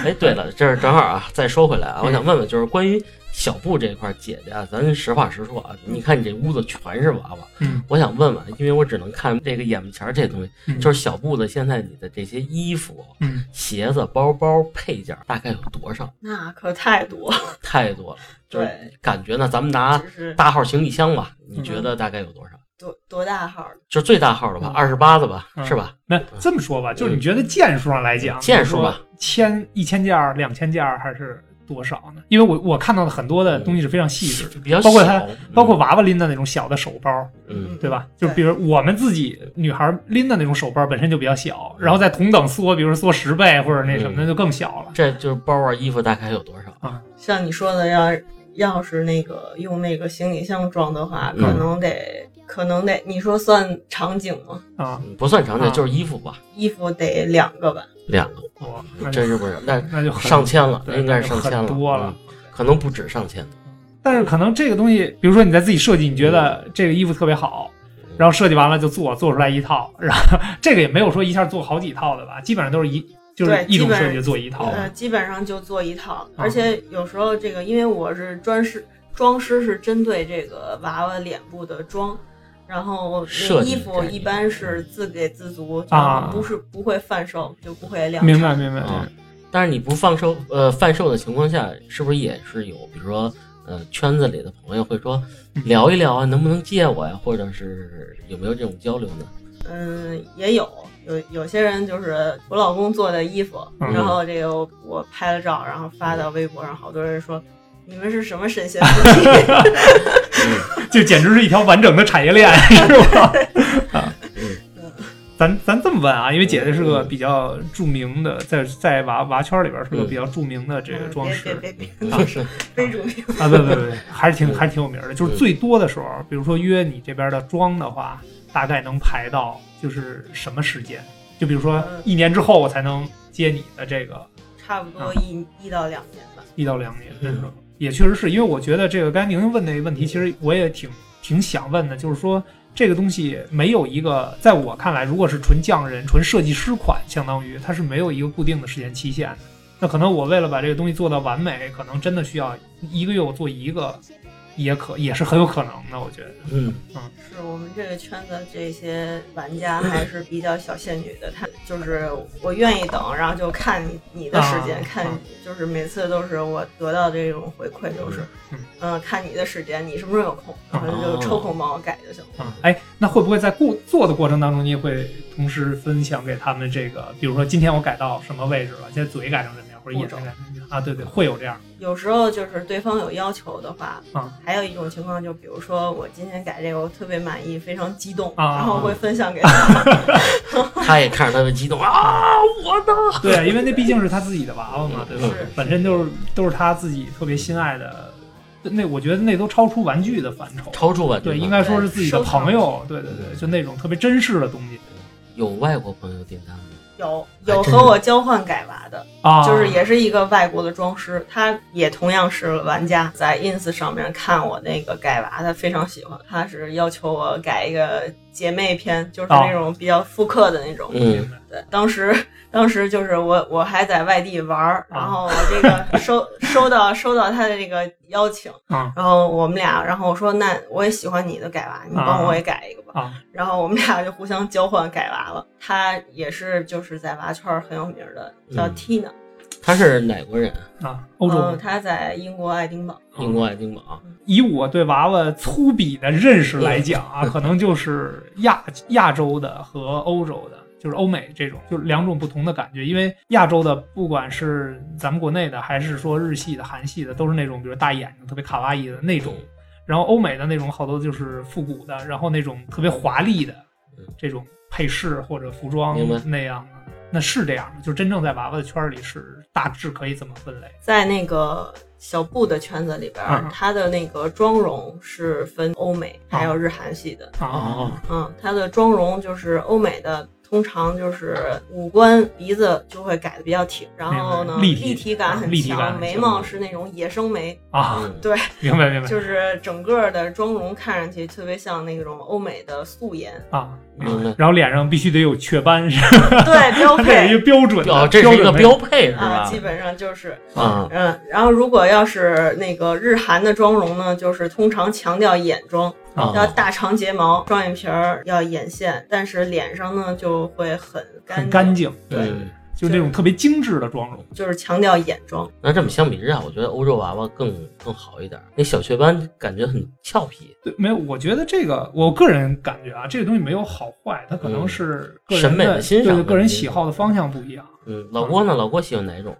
Speaker 1: 哎，对了，这是正好啊，再说回来啊，我
Speaker 2: 嗯
Speaker 1: 想问问，就是关于小布这块儿，姐姐啊，咱实话实说啊，你看你这屋子全是娃娃，
Speaker 2: 嗯
Speaker 1: 我想问问，啊因为我只能看这个眼巴前儿这东西，
Speaker 2: 嗯
Speaker 1: 就是小布的现在你的这些衣服、
Speaker 2: 嗯，
Speaker 1: 鞋子、包包、配件儿大概有多少？
Speaker 3: 那可太多，
Speaker 1: 太多了，就是
Speaker 3: 对，
Speaker 1: 感觉呢，咱们
Speaker 2: 啊
Speaker 1: 拿
Speaker 3: 就是
Speaker 1: 大号行李箱吧，
Speaker 2: 嗯
Speaker 1: 你觉得大概有多少？
Speaker 3: 多多大号的，
Speaker 1: 就最大号
Speaker 2: 嗯
Speaker 1: 的吧，二十八的吧，是吧？
Speaker 2: 那这么说吧，就是你觉得件数上来讲，
Speaker 1: 件数吧，
Speaker 2: 千一千件儿、两千件儿还是多少呢？因为我我看到的很多的东西是非常细致的，
Speaker 1: 比较
Speaker 2: 包括它
Speaker 1: 小，
Speaker 2: 包括娃娃拎的那种小的手包，
Speaker 1: 嗯
Speaker 2: 对吧？就
Speaker 3: 对
Speaker 2: 比如我们自己女孩拎的那种手包本身就比较小，
Speaker 1: 嗯
Speaker 2: 然后再同等缩，比如说缩十倍或者那什么的就更小了。
Speaker 1: 这就是包啊，衣服大概有多少？
Speaker 3: 像你说的，要要是那个用那个行李箱装的话，
Speaker 1: 嗯
Speaker 3: 可能得、可能得，你说算场景吗？
Speaker 2: 啊，
Speaker 1: 嗯不算长件，
Speaker 2: 啊
Speaker 1: 就是衣服吧，
Speaker 3: 衣服得两个吧，
Speaker 1: 两个，
Speaker 2: 哇，那就
Speaker 1: 真是不是？那
Speaker 2: 那就很
Speaker 1: 上千了，
Speaker 2: 对
Speaker 1: 应该是上千
Speaker 2: 很
Speaker 1: 了，
Speaker 2: 多了
Speaker 1: 嗯，可能不止上千。
Speaker 2: 但是可能这个东西，比如说你在自己设计，你觉得
Speaker 1: 嗯
Speaker 2: 这个衣服特别好，然后设计完了就做，做出来一套，然后这个也没有说一下做好几套的吧，基本上都是一就是
Speaker 3: 对
Speaker 2: 一种
Speaker 3: 基本
Speaker 2: 设计做一套。啊
Speaker 3: 呃，基本上就做一套，而且有时候这个，因为我是专师，妆师是针对这个娃娃脸部的妆。然后
Speaker 1: 设
Speaker 3: 那
Speaker 1: 计
Speaker 3: 衣服
Speaker 1: 概念
Speaker 3: 一般是自给自足，
Speaker 2: 嗯啊
Speaker 3: 就不是不会贩售，就不会量产。
Speaker 2: 明白明白，
Speaker 1: 啊但是你不放售呃贩售的情况下，是不是也是有，比如说呃圈子里的朋友会说
Speaker 2: 嗯
Speaker 1: 聊一聊啊，能不能借我呀？或者是有没有这种交流呢？
Speaker 3: 嗯，也有有有些人就是我老公做的衣服，
Speaker 2: 嗯
Speaker 3: 然后这个我我拍了照，然后发到微博上，好多人说你们是什么 神仙夫妻？ 嗯
Speaker 2: 就简直是一条完整的产业链，是吧？啊咱咱这么问啊，因为姐姐是个比较著名的，在在娃娃圈里边是个
Speaker 1: 嗯
Speaker 2: 比较著名的这个装饰
Speaker 3: 别别别别，老师非主流。
Speaker 2: 啊，不不不，还是挺还是挺有名的。就是
Speaker 1: 嗯
Speaker 2: 最多的时候，比如说约你这边的妆的话，大概能排到就是什么时间？就比如说
Speaker 3: 嗯
Speaker 2: 一年之后我才能接你的这个
Speaker 3: 差不
Speaker 2: 嗯
Speaker 3: 多一一到两年吧。
Speaker 2: 一到两年，
Speaker 1: 嗯
Speaker 2: 是吧也确实是因为我觉得这个刚才宁宁问那个问题，其实我也挺挺想问的，就是说这个东西没有一个，在我看来，如果是纯匠人、纯设计师款，相当于它是没有一个固定的时间期限的。那可能我为了把这个东西做到完美，可能真的需要一个月我做一个，也可 也是很有可能的，我觉得。
Speaker 1: 嗯，
Speaker 3: 是我们这个圈子这些玩家还是比较小仙女的，他就是我愿意等，然后就看你你的时间，
Speaker 2: 啊
Speaker 3: 看
Speaker 2: 啊
Speaker 3: 就是每次都是我得到这种回馈，就是
Speaker 2: 嗯哦
Speaker 3: 嗯、看你的时间，你什么时候有空，然后就抽空帮我改就行了。
Speaker 2: 啊，哎，那会不会在过做的过程当中，你也会同时分享给他们这个？比如说今天我改到什么位置了，现在嘴改成什么样，或者眼睛
Speaker 3: 步骤
Speaker 2: 改成什么样啊？对对，会有这样
Speaker 3: 有时候就是对方有要求的话，
Speaker 2: 啊
Speaker 3: 还有一种情况就比如说我今天改这个，我特别满意，非常激动，
Speaker 2: 啊
Speaker 3: 然后会分享 给他。
Speaker 1: 他也看着他们激动啊，我的，
Speaker 2: 对，因为那毕竟是他自己的娃娃嘛，对吧
Speaker 3: 是是？
Speaker 2: 本身就是都是他自己特别心爱的，那我觉得那都超出玩具的范畴。
Speaker 1: 超出吧？
Speaker 2: 对，
Speaker 1: 吧
Speaker 2: 应该说是自己的
Speaker 3: 收藏
Speaker 2: 朋友，对对对，就那种特别真实的东西
Speaker 1: 有外国朋友订单吗？
Speaker 3: 有
Speaker 1: 真
Speaker 3: 有和我交换改娃的，
Speaker 2: 啊，
Speaker 3: 就是也是一个外国的装师，他也同样是玩家，在 ins 上面看我那个改娃，他非常喜欢，他是要求我改一个姐妹篇，就是
Speaker 2: 啊
Speaker 3: 那种比较复刻的那种。
Speaker 1: 嗯，
Speaker 3: 对，当时当时就是我我还在外地玩儿，然
Speaker 2: 啊
Speaker 3: 后我这个收收到收到他的这个邀请，
Speaker 2: 啊
Speaker 3: 然后我们俩，然后我说那我也喜欢你的改娃，你帮我也改一个吧。
Speaker 2: 啊
Speaker 3: 然后我们俩就互相交换改娃了，他也是就是在娃圈儿很有名儿的，叫
Speaker 1: 嗯
Speaker 3: Tina。
Speaker 1: 他是哪国人？
Speaker 2: 啊，欧洲
Speaker 3: 嗯，他在英国爱丁堡。
Speaker 1: 英国爱啊丁堡。
Speaker 2: 以我对娃娃粗鄙的认识来讲 啊，可能就是亚亚洲的和欧洲的，就是欧美这种，就两种不同的感觉。因为亚洲的，不管是咱们国内的，还是说日系的、韩系的，都是那种比如大眼睛、特别卡哇伊的那种。然后欧美的那种好多就是复古的，然后那种特别华丽的
Speaker 1: 嗯
Speaker 2: 这种配饰或者服装
Speaker 1: 明白
Speaker 2: 那样的，那是这样的，就真正在娃娃的圈儿里是大致可以这么分类
Speaker 3: 在那个小布的圈子里边儿，
Speaker 2: 嗯
Speaker 3: 他的那个妆容是分欧美还有日韩系的。
Speaker 1: 哦
Speaker 2: 啊
Speaker 3: 嗯，他的妆容就是欧美的。通常就是五官鼻子就会改的比较挺，然后呢
Speaker 2: 明白立体啊
Speaker 3: 感很
Speaker 2: 立体感很
Speaker 3: 强，
Speaker 2: 强
Speaker 3: 眉毛是那种野生眉，
Speaker 2: 啊，
Speaker 1: 嗯，
Speaker 2: 明白明白
Speaker 3: 就是整个的妆容看上去特别像那种欧美的 素颜，
Speaker 2: 啊，
Speaker 1: 明白。
Speaker 2: 然后脸上必须得有雀斑，是吧
Speaker 3: 对标
Speaker 2: 它得有一
Speaker 3: 配
Speaker 2: 个标准的，
Speaker 1: 哦，这是一个
Speaker 2: 标
Speaker 1: 标配是
Speaker 3: 啊，
Speaker 1: 吧
Speaker 3: 基？本上就是
Speaker 1: 啊，
Speaker 3: 嗯，然后如果要是那个日韩的妆容呢，就是通常强调眼妆，
Speaker 1: 啊
Speaker 2: 哦
Speaker 3: 要大长睫毛、双眼皮儿，要眼线，但是脸上呢就会很干
Speaker 2: 很
Speaker 3: 净，
Speaker 2: 干净，
Speaker 1: 对。
Speaker 2: 就那种特别精致的妆容
Speaker 3: 就是强调眼妆。
Speaker 1: 那这么相比之下，我觉得欧洲娃娃更更好一点。那小雀斑感觉很俏皮，
Speaker 2: 对，没有，我觉得这个，我个人感觉啊，这个东西没有好坏，它可能是个人
Speaker 1: 嗯审美的欣赏
Speaker 2: 对对
Speaker 1: 的
Speaker 2: 个人
Speaker 1: 问题
Speaker 2: 喜好的方向不一样。
Speaker 1: 嗯，老郭呢？老郭喜欢哪种？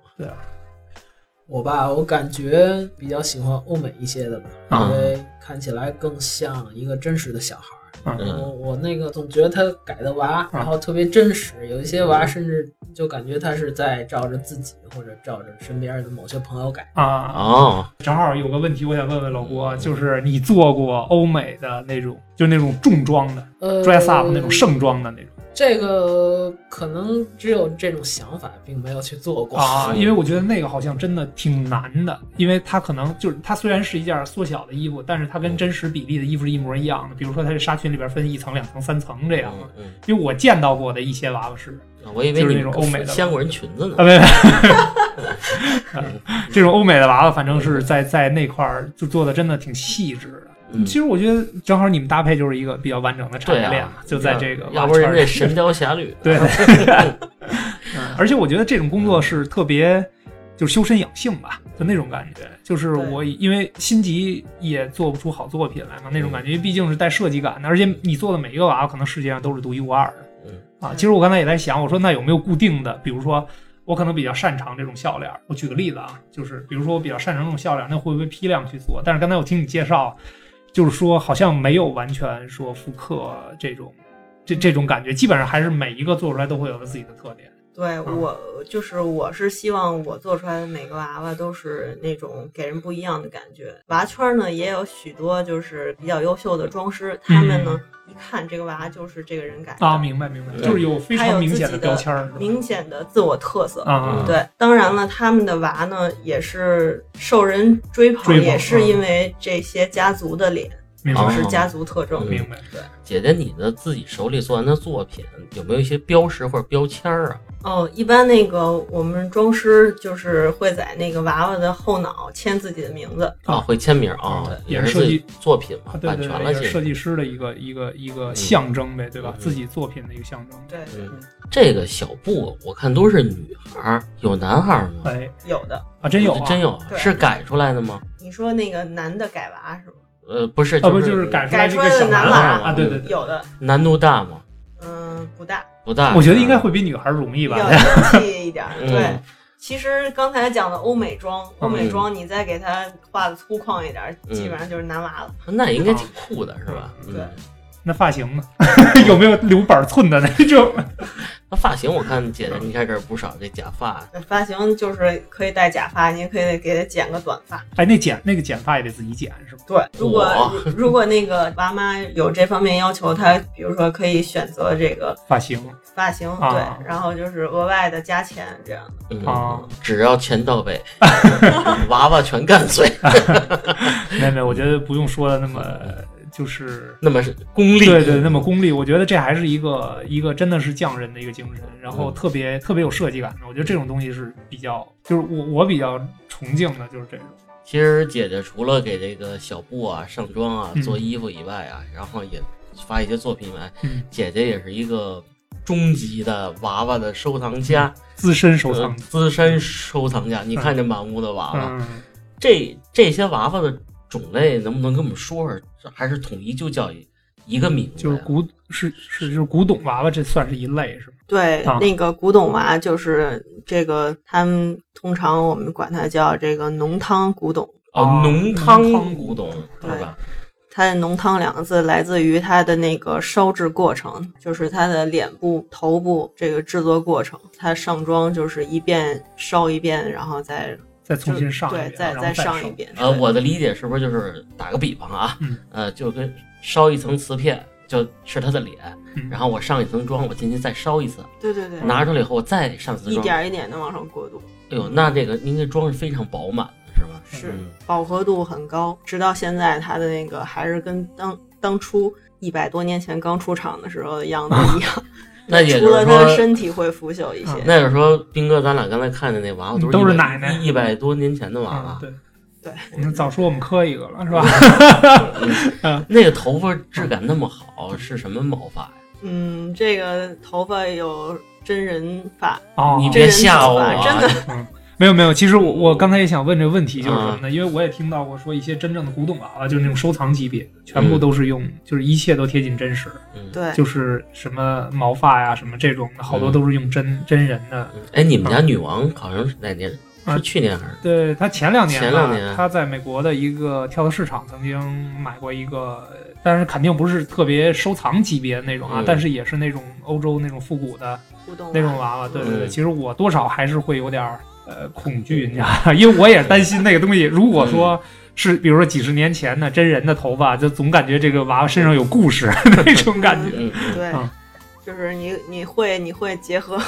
Speaker 4: 我吧，我感觉比较喜欢欧美一些的吧，
Speaker 1: 啊
Speaker 4: 因为看起来更像一个真实的小孩儿。
Speaker 1: 嗯
Speaker 4: 我我那个总觉得他改的娃，
Speaker 2: 啊
Speaker 4: 然后特别真实，有一些
Speaker 2: 嗯
Speaker 4: 娃甚至就感觉他是在照着自己或者照着身边的某些朋友改。
Speaker 2: 啊，
Speaker 1: 哦，
Speaker 2: 正好有个问题，我想问问老郭，啊
Speaker 1: 嗯
Speaker 2: 就是你做过欧美的那种，就是那种重装的
Speaker 4: 呃
Speaker 2: dress up 那种盛装的那种
Speaker 4: 这个可能只有这种想法，并没有去做过
Speaker 2: 啊？
Speaker 1: 是
Speaker 2: 因为我觉得那个好像真的挺难的，因为它可能就是它虽然是一件缩小的衣服，但是它
Speaker 1: 嗯
Speaker 2: 跟真实比例的衣服是一模一样的。比如说它这纱裙里边分一层、两层、三层这样的。
Speaker 1: 嗯嗯，
Speaker 2: 因为我见到过的一些娃娃是
Speaker 1: 啊我以为
Speaker 2: 就是
Speaker 1: 你
Speaker 2: 那种欧美的
Speaker 1: 香国人裙子呢。
Speaker 2: 啊，没没，啊这种欧美的娃娃，反正是在在那块儿就做的真的挺细致的。
Speaker 1: 嗯
Speaker 2: 其实我觉得正好你们搭配就是一个比较完整的产
Speaker 1: 对
Speaker 2: 业链
Speaker 1: 啊
Speaker 2: 嘛，，就在这个
Speaker 1: 要
Speaker 2: 娃
Speaker 1: 不
Speaker 2: 圈
Speaker 1: 然
Speaker 2: 儿
Speaker 1: 人家《
Speaker 2: 里。
Speaker 1: 神雕侠侣》
Speaker 2: 对，嗯而且我觉得这种工
Speaker 3: 嗯
Speaker 2: 作是特别。就是修身养性吧，就那种感觉。就是
Speaker 3: 对
Speaker 2: 我因为辛吉也做不出好作品来嘛，
Speaker 3: 嗯
Speaker 2: 那种感觉，因为毕竟是带设计感的，而且你做的每一个娃娃可能世界上都是独一无二的。
Speaker 1: 嗯
Speaker 2: 啊，
Speaker 3: 嗯
Speaker 2: 其实我刚才也在想，我说那有没有固定的？比如说我可能比较擅长这种笑脸儿，我举个例子啊，就是比如说我比较擅长这种笑脸儿，那会不会批量去做？但是刚才我听你介绍，就是说好像没有完全说复刻这种这这种感觉，基本上还是每一个做出来都会有自己的特点。
Speaker 3: 对
Speaker 2: 嗯
Speaker 3: 我就是我是希望我做出来的每个娃娃都是那种给人不一样的感觉。娃圈呢也有许多就是比较优秀的装饰，他们呢一看这个娃就是这个人改
Speaker 2: 嗯啊，
Speaker 3: 的，
Speaker 2: 明白明白，
Speaker 1: 对
Speaker 2: 就是有非
Speaker 3: 还有
Speaker 2: 常明
Speaker 3: 自
Speaker 2: 显
Speaker 3: 己
Speaker 2: 的
Speaker 3: 的
Speaker 2: 标签儿，
Speaker 3: 明显的自我特色。
Speaker 2: 啊，
Speaker 1: 嗯
Speaker 3: 对，当然了，他们的娃呢也是受人追捧，
Speaker 2: 追捧
Speaker 3: 也是
Speaker 2: 嗯
Speaker 3: 因为这些家族的脸，
Speaker 2: 明
Speaker 1: 哦
Speaker 3: 就
Speaker 2: 白啊
Speaker 3: 是家族特征。
Speaker 2: 明白。啊
Speaker 1: 姐姐，你的自己手里做完的作品有没有一些标识或者标签儿啊？
Speaker 3: 哦，一般那个我们装饰就是会在那个娃娃的后脑签自己的名字。
Speaker 1: 啊，会签名啊
Speaker 2: 嗯，
Speaker 1: 也
Speaker 2: 也
Speaker 1: 是
Speaker 2: 是
Speaker 1: 自
Speaker 2: 设
Speaker 1: 己
Speaker 2: 计
Speaker 1: 作品嘛
Speaker 2: 啊，，对
Speaker 1: 版
Speaker 2: 对
Speaker 1: 权
Speaker 2: 对，
Speaker 1: 了
Speaker 2: 也
Speaker 1: 其
Speaker 2: 是
Speaker 1: 实
Speaker 2: 设。计师的一个一个一个
Speaker 1: 嗯
Speaker 2: 象征呗，对吧？
Speaker 1: 嗯
Speaker 2: 自己作品的一个象征。
Speaker 3: 对，
Speaker 1: 嗯，这个小布我看都是女孩儿，有男孩儿吗？
Speaker 2: 哎，
Speaker 3: 有的。
Speaker 2: 啊，真有啊，
Speaker 1: 真有啊，
Speaker 3: 对
Speaker 1: 是改出来的吗？
Speaker 3: 你说那个男的改娃是吗？
Speaker 1: 呃，不是，
Speaker 2: 啊，不
Speaker 1: 是
Speaker 2: 就是改
Speaker 3: 改
Speaker 2: 出
Speaker 3: 出
Speaker 2: 来
Speaker 3: 来
Speaker 2: 一个
Speaker 3: 的
Speaker 2: 小
Speaker 3: 男
Speaker 1: 娃
Speaker 2: 娃
Speaker 1: 娃
Speaker 2: 啊？对对对，
Speaker 3: 有的，
Speaker 1: 难度大吗？
Speaker 3: 嗯、不大，
Speaker 1: 不大，
Speaker 2: 我觉得应该会比女孩容易
Speaker 3: 比
Speaker 2: 吧
Speaker 3: 较。洋气一点儿。
Speaker 1: 嗯
Speaker 3: 对，其实刚才讲的欧美妆，欧美
Speaker 1: 嗯
Speaker 3: 妆你再给它画的粗犷一点儿，
Speaker 1: 嗯
Speaker 3: 基本上就是男娃了。
Speaker 1: 那
Speaker 2: 啊
Speaker 1: 也应该挺酷的，是吧？
Speaker 3: 对
Speaker 1: 嗯
Speaker 2: 那发型呢？ 有没有留板寸 的那种？
Speaker 1: 那发型我看姐姐你看这儿不少这假发，
Speaker 3: 那发型就是可以戴假发，你也可以给它剪个短发。
Speaker 2: 哎，那剪那个剪发也得自己剪是吧？
Speaker 3: 对，如果
Speaker 1: 哇
Speaker 3: 如果那个娃妈有这方面要求，她比如说可以选择这个
Speaker 2: 发型
Speaker 3: 发型，
Speaker 2: 啊
Speaker 3: 对，然后就是额外的加钱这样的。
Speaker 1: 嗯，
Speaker 2: 啊，
Speaker 1: 只要钱到位， 娃娃全干碎，
Speaker 2: 没没，我觉得不用说的那么就是
Speaker 1: 那么是功利，
Speaker 2: 对对，那么功利，我觉得这还是一个一个真的是匠人的一个精神，然后
Speaker 1: 嗯
Speaker 2: 特别、特别有设计感的。我觉得这种东西是比较，就是我我比较崇敬的，就是这种。
Speaker 1: 其实姐姐除了给这个小布啊上妆啊
Speaker 2: 嗯
Speaker 1: 做衣服以外啊，然后也发一些作品以外，
Speaker 2: 嗯，
Speaker 1: 姐姐也是一个终极的娃娃的收藏家，
Speaker 2: 资深嗯收藏
Speaker 1: 呃，资深收藏家。你看这满屋的娃娃，
Speaker 2: 嗯，
Speaker 1: 这这些娃娃的种类能不能跟我们说说？这还是统一就叫一一个名字呀？
Speaker 2: 嗯就是古是是就是古董娃娃，这算是一类是吧？
Speaker 3: 对，
Speaker 2: 啊
Speaker 3: 那个古董娃就是这个，他们通常我们管它叫这个浓汤古董。
Speaker 1: 哦，
Speaker 2: 啊
Speaker 1: 浓汤
Speaker 2: 浓汤
Speaker 1: 古董是
Speaker 3: 对
Speaker 1: 吧？
Speaker 3: 它的“浓汤”两个字来自于它的那个烧制过程，就是它的脸部、头部这个制作过程。它上妆就是一遍烧一遍，然后再
Speaker 2: 再重新上一
Speaker 3: 对
Speaker 2: 遍，
Speaker 3: 再
Speaker 2: 然后
Speaker 3: 再
Speaker 2: 再
Speaker 3: 上一
Speaker 2: 收。
Speaker 3: 遍。
Speaker 1: 呃，
Speaker 3: 对
Speaker 1: 我的理解是不是就是打个比方啊，
Speaker 2: 嗯
Speaker 1: 呃，就跟烧一层瓷片，就是它的脸，
Speaker 2: 嗯
Speaker 1: 然后我上一层妆，我进去再烧一次，
Speaker 3: 对对对，
Speaker 1: 拿出来以后我再上一次
Speaker 3: 一
Speaker 1: 妆。
Speaker 3: 点
Speaker 1: 哎
Speaker 3: 儿一点的往上过渡，
Speaker 1: 呦，那这个您这妆是非常饱满的，是吧？
Speaker 3: 是
Speaker 1: 嗯，
Speaker 3: 饱和度很高。直到现在，它的那个还是跟当当初一百多年前刚出厂的时候的样子 一样，
Speaker 1: 那也
Speaker 3: 除
Speaker 1: 就是
Speaker 3: 了它的
Speaker 1: 说，啊
Speaker 3: 身体会腐朽一些。
Speaker 1: 那就是说，斌哥，咱俩刚才看的那娃娃
Speaker 2: 都
Speaker 1: 是
Speaker 2: 是
Speaker 1: 一百
Speaker 2: 奶奶
Speaker 1: 一百多年前的娃嗯
Speaker 2: 啊
Speaker 1: 娃，，
Speaker 2: 对
Speaker 3: 对。
Speaker 2: 你早说我们磕一个了是吧？
Speaker 1: 嗯
Speaker 2: 嗯
Speaker 1: 那个头发质感那么好，是什么毛发呀？
Speaker 3: 嗯，这个头发有真人发，
Speaker 2: 哦，
Speaker 1: 你
Speaker 3: 真
Speaker 1: 别
Speaker 3: 人
Speaker 1: 吓
Speaker 3: 头
Speaker 1: 我啊
Speaker 3: 发，真的
Speaker 2: 没有没有，其实我我刚才也想问这个问题，就是什么
Speaker 1: 嗯
Speaker 2: 呢？因为我也听到过说一些真正的古董娃娃，就是那种收藏级别的，全部都是用，就是一切都贴近真实，
Speaker 1: 嗯，
Speaker 3: 对，
Speaker 2: 就是什么毛发呀、什么这种的，好多都是用真真人的。
Speaker 1: 嗯哎，你们家女王好像是哪年？
Speaker 2: 嗯
Speaker 1: 是去年还是？
Speaker 2: 对他前两年吧，啊
Speaker 1: 前两年
Speaker 2: 他在美国的一个跳蚤市场曾经买过一个，但是肯定不是特别收藏级别的那种啊，
Speaker 1: 嗯
Speaker 2: 但是也是那种欧洲那种复古的
Speaker 3: 互动
Speaker 2: 那种娃娃。对对
Speaker 1: 嗯
Speaker 2: 对，其实我多少还是会有点儿呃恐惧，你知道吧？ 因为我也担心那个东西，如果说。是，比如说几十年前的真人的头发，就总感觉这个娃娃身上有故事 那种感觉。
Speaker 1: 嗯，嗯
Speaker 3: 对
Speaker 2: 嗯，
Speaker 3: 就是你你会你会结合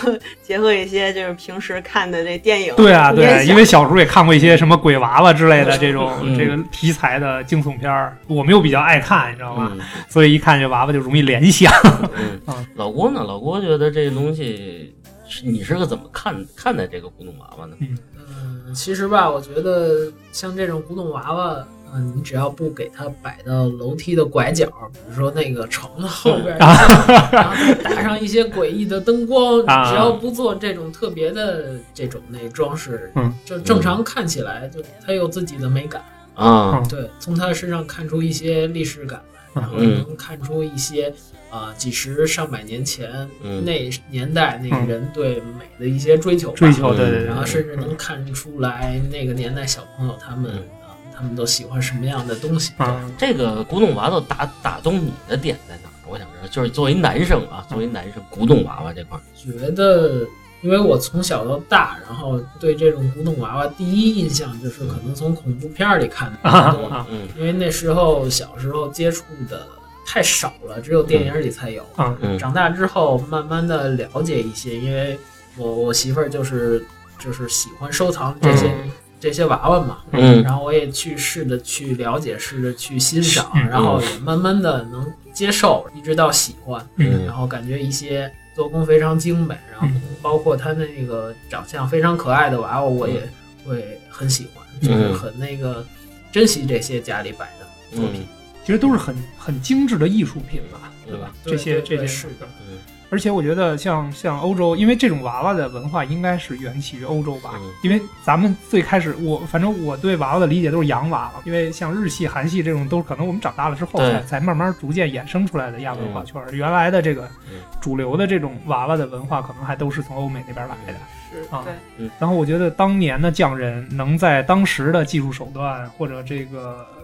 Speaker 3: 结合一些就是平时看的这电影，
Speaker 2: 对啊，对啊，
Speaker 3: 联想
Speaker 2: 因为小时候也看过一些什么鬼娃娃之类的这种、
Speaker 1: 嗯
Speaker 2: 这个题材的惊悚片儿，我们又比较爱看，你知道吗？
Speaker 1: 嗯
Speaker 2: 所以一看这娃娃就容易联想。
Speaker 1: 嗯
Speaker 2: 啊，
Speaker 1: 老郭呢？老郭觉得这东西是你是个怎么看看待这个古董娃娃呢？
Speaker 4: 嗯，其实吧，我觉得像这种古董娃娃，嗯，你只要不给它摆到楼梯的拐角，比如说那个床的后
Speaker 2: 嗯
Speaker 4: 边，然后然后再打上一些诡异的灯光，
Speaker 2: 啊
Speaker 4: 只要不做这种特别的这种那装饰，
Speaker 2: 嗯，
Speaker 4: 就正常看起来就它有自己的美感，
Speaker 1: 啊，
Speaker 4: 对，从它身上看出一些历史感来，然后能看出一些啊、几十上百年前
Speaker 1: 嗯，
Speaker 4: 那年代那个人对美的一些追求吧，
Speaker 2: 嗯追求，对对
Speaker 4: 然
Speaker 2: 对
Speaker 1: 嗯
Speaker 4: 后
Speaker 2: 对，
Speaker 4: 甚至能看出来那个年代小朋友他们
Speaker 2: 嗯
Speaker 4: 啊，他们都喜欢什么样的东西。
Speaker 2: 啊，
Speaker 1: 这个古董娃娃打打动你的点在哪儿？我想知道，就是作为男生啊，
Speaker 2: 嗯
Speaker 1: 作为男生，古董娃娃这块儿，
Speaker 4: 觉得，因为我从小到大，然后对这种古董娃娃第一印象就是可能从恐怖片儿里看的比较多，
Speaker 2: 啊
Speaker 1: 嗯
Speaker 4: 因为那时候小时候接触的太少了，只有电影里才有。
Speaker 2: 啊
Speaker 1: 嗯
Speaker 4: 长大之后慢慢的了解一些，因为我我媳妇儿就是就是喜欢收藏这些、
Speaker 2: 嗯
Speaker 4: 这些娃娃嘛，
Speaker 1: 嗯
Speaker 4: 然后我也去试着去了解，试着去欣赏，
Speaker 2: 嗯
Speaker 4: 然后也慢慢的能接受，一直到喜欢。
Speaker 2: 嗯
Speaker 4: 然后感觉一些做工非常精美，然后
Speaker 2: 嗯
Speaker 4: 包括它那个长相非常可爱的娃娃，我也
Speaker 2: 嗯
Speaker 4: 会很喜欢，就是很那个珍惜这些家里摆的作品，
Speaker 1: 嗯
Speaker 2: 其实都是很很精致的艺术品吧，对吧？
Speaker 4: 对
Speaker 2: 这些
Speaker 4: 对
Speaker 2: 这
Speaker 4: 对
Speaker 2: 些
Speaker 4: 是的
Speaker 1: 嗯
Speaker 2: 而且我觉得像像欧洲，因为这种娃娃的文化应该是源起于欧洲吧。
Speaker 1: 嗯
Speaker 2: 因为咱们最开始，我反正我对娃娃的理解都是洋娃娃，因为像日系、韩系这种都是可能我们长大了之后
Speaker 1: 对
Speaker 2: 才才慢慢逐渐衍生出来的亚文化圈儿。原来的这个
Speaker 1: 嗯
Speaker 2: 主流的这种娃娃的文化，可能还都是从欧美那边来
Speaker 1: 嗯
Speaker 2: 的。
Speaker 3: 是
Speaker 2: 啊
Speaker 3: 对，
Speaker 2: 然后我觉得当年的匠人能在当时的技术手段或者这个呃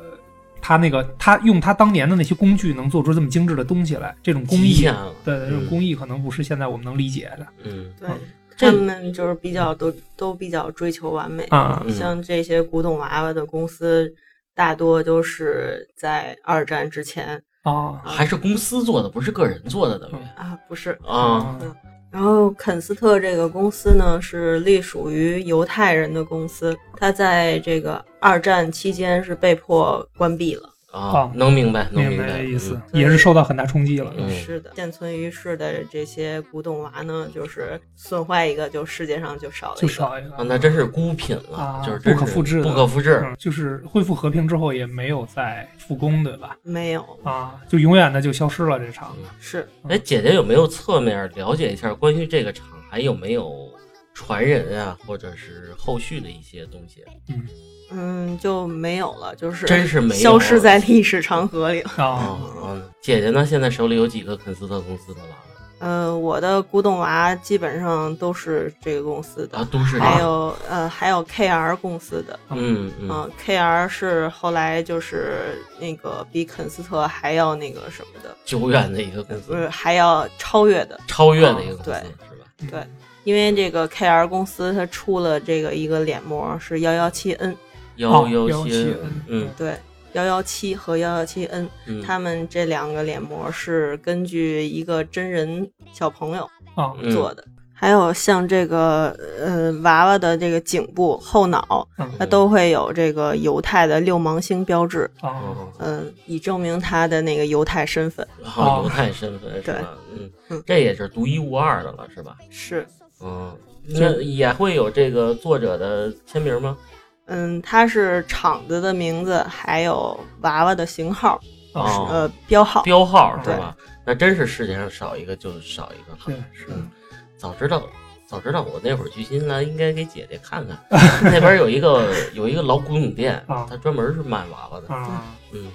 Speaker 2: 他那个他用他当年的那些工具能做出这么精致的东西来，这种工
Speaker 1: 极
Speaker 2: 艺
Speaker 1: 限了，
Speaker 2: 对这种
Speaker 1: 嗯
Speaker 2: 工艺可能不是现在我们能理解的
Speaker 1: 嗯
Speaker 3: 对
Speaker 2: 嗯，
Speaker 3: 他们就是比较都都比较追求完美，
Speaker 2: 啊
Speaker 1: 嗯
Speaker 3: 像这些古董娃娃的公司，大多都是在二战之前
Speaker 2: 啊
Speaker 1: 还是公司做的，不是个人做的，等于
Speaker 3: 啊，不是。
Speaker 2: 嗯
Speaker 1: 啊，
Speaker 3: 然后肯斯特这个公司呢，是隶属于犹太人的公司，它在这个二战期间是被迫关闭了。
Speaker 1: 啊
Speaker 2: 啊，
Speaker 1: 能明白，能
Speaker 2: 明
Speaker 1: 明
Speaker 2: 白
Speaker 1: 白
Speaker 2: 这意思，，
Speaker 3: 嗯
Speaker 2: 也是受到很大冲击了。
Speaker 1: 嗯
Speaker 3: 是的，现存于世的这些古董娃呢，就是损坏一个，就世界上就少了一
Speaker 2: 就
Speaker 3: 个。
Speaker 2: 少一
Speaker 1: 啊，
Speaker 2: 个，
Speaker 1: 那真是孤品了
Speaker 2: 啊，
Speaker 1: 就是真是
Speaker 2: 不可复制的
Speaker 1: 不可复制，
Speaker 2: 嗯就是恢复和平之后也没有再复工，对吧？
Speaker 3: 没有，
Speaker 2: 啊，就永远的就消失了这场。
Speaker 3: 是
Speaker 1: 哎，姐姐有没有侧面了解一下关于这个厂还有没有传人啊，或者是后续的一些东西？啊
Speaker 2: 嗯
Speaker 3: 嗯，就没有了，就是
Speaker 1: 真是没有
Speaker 3: 消失在历史长河里了。
Speaker 1: 啊
Speaker 2: 啊
Speaker 1: 啊！姐姐呢？现在手里有几个肯斯特公司的娃娃
Speaker 3: 呃，我的古董娃基本上都是这个公司的，
Speaker 1: 啊？都是
Speaker 3: 还
Speaker 1: 这样
Speaker 3: 有呃还有 KR 公司的，
Speaker 2: 啊
Speaker 1: 嗯嗯
Speaker 3: 嗯、k r 是后来就是那个比肯斯特还要那个什么的，
Speaker 1: 久远的一个公
Speaker 3: 不
Speaker 1: 司，
Speaker 3: 是还要超越的，
Speaker 1: 超越的一个公司
Speaker 3: 嗯哦对
Speaker 1: 是吧？
Speaker 2: 嗯
Speaker 3: 对因为这个 KR 公司它出了这个一个脸膜是幺幺七 N，哦
Speaker 1: 幺
Speaker 2: 幺
Speaker 1: 七
Speaker 2: 七，
Speaker 1: 嗯
Speaker 3: 对。幺幺七和幺幺七 N，
Speaker 1: 嗯，
Speaker 3: 他们这两个脸膜是根据一个真人小朋友
Speaker 2: 啊
Speaker 1: 嗯
Speaker 3: 做的，还有像这个呃娃娃的这个颈部、后脑，
Speaker 1: 嗯
Speaker 3: 它都会有这个犹太的六芒星标志，
Speaker 2: 啊
Speaker 1: 哦
Speaker 3: 嗯、以证明他的那个犹太身份。
Speaker 1: 好犹太身份是吧？嗯
Speaker 3: 哦嗯，
Speaker 1: 这也是独一无二的了是吧？
Speaker 3: 是，
Speaker 1: 嗯，那也会有这个作者的签名吗？
Speaker 3: 嗯，它是厂子的名字，还有娃娃的型号，
Speaker 2: 啊！
Speaker 1: 哦
Speaker 3: 呃，标号。
Speaker 1: 标号是吧？那真是世界上少一个就少一个了。
Speaker 2: 对，是
Speaker 1: 嗯早知道，早知道我那会儿去新兰，应该给姐姐看看。那边有一个有一个老古董店，
Speaker 2: 啊
Speaker 1: 它专门是卖娃娃的。
Speaker 2: 啊，
Speaker 1: 嗯，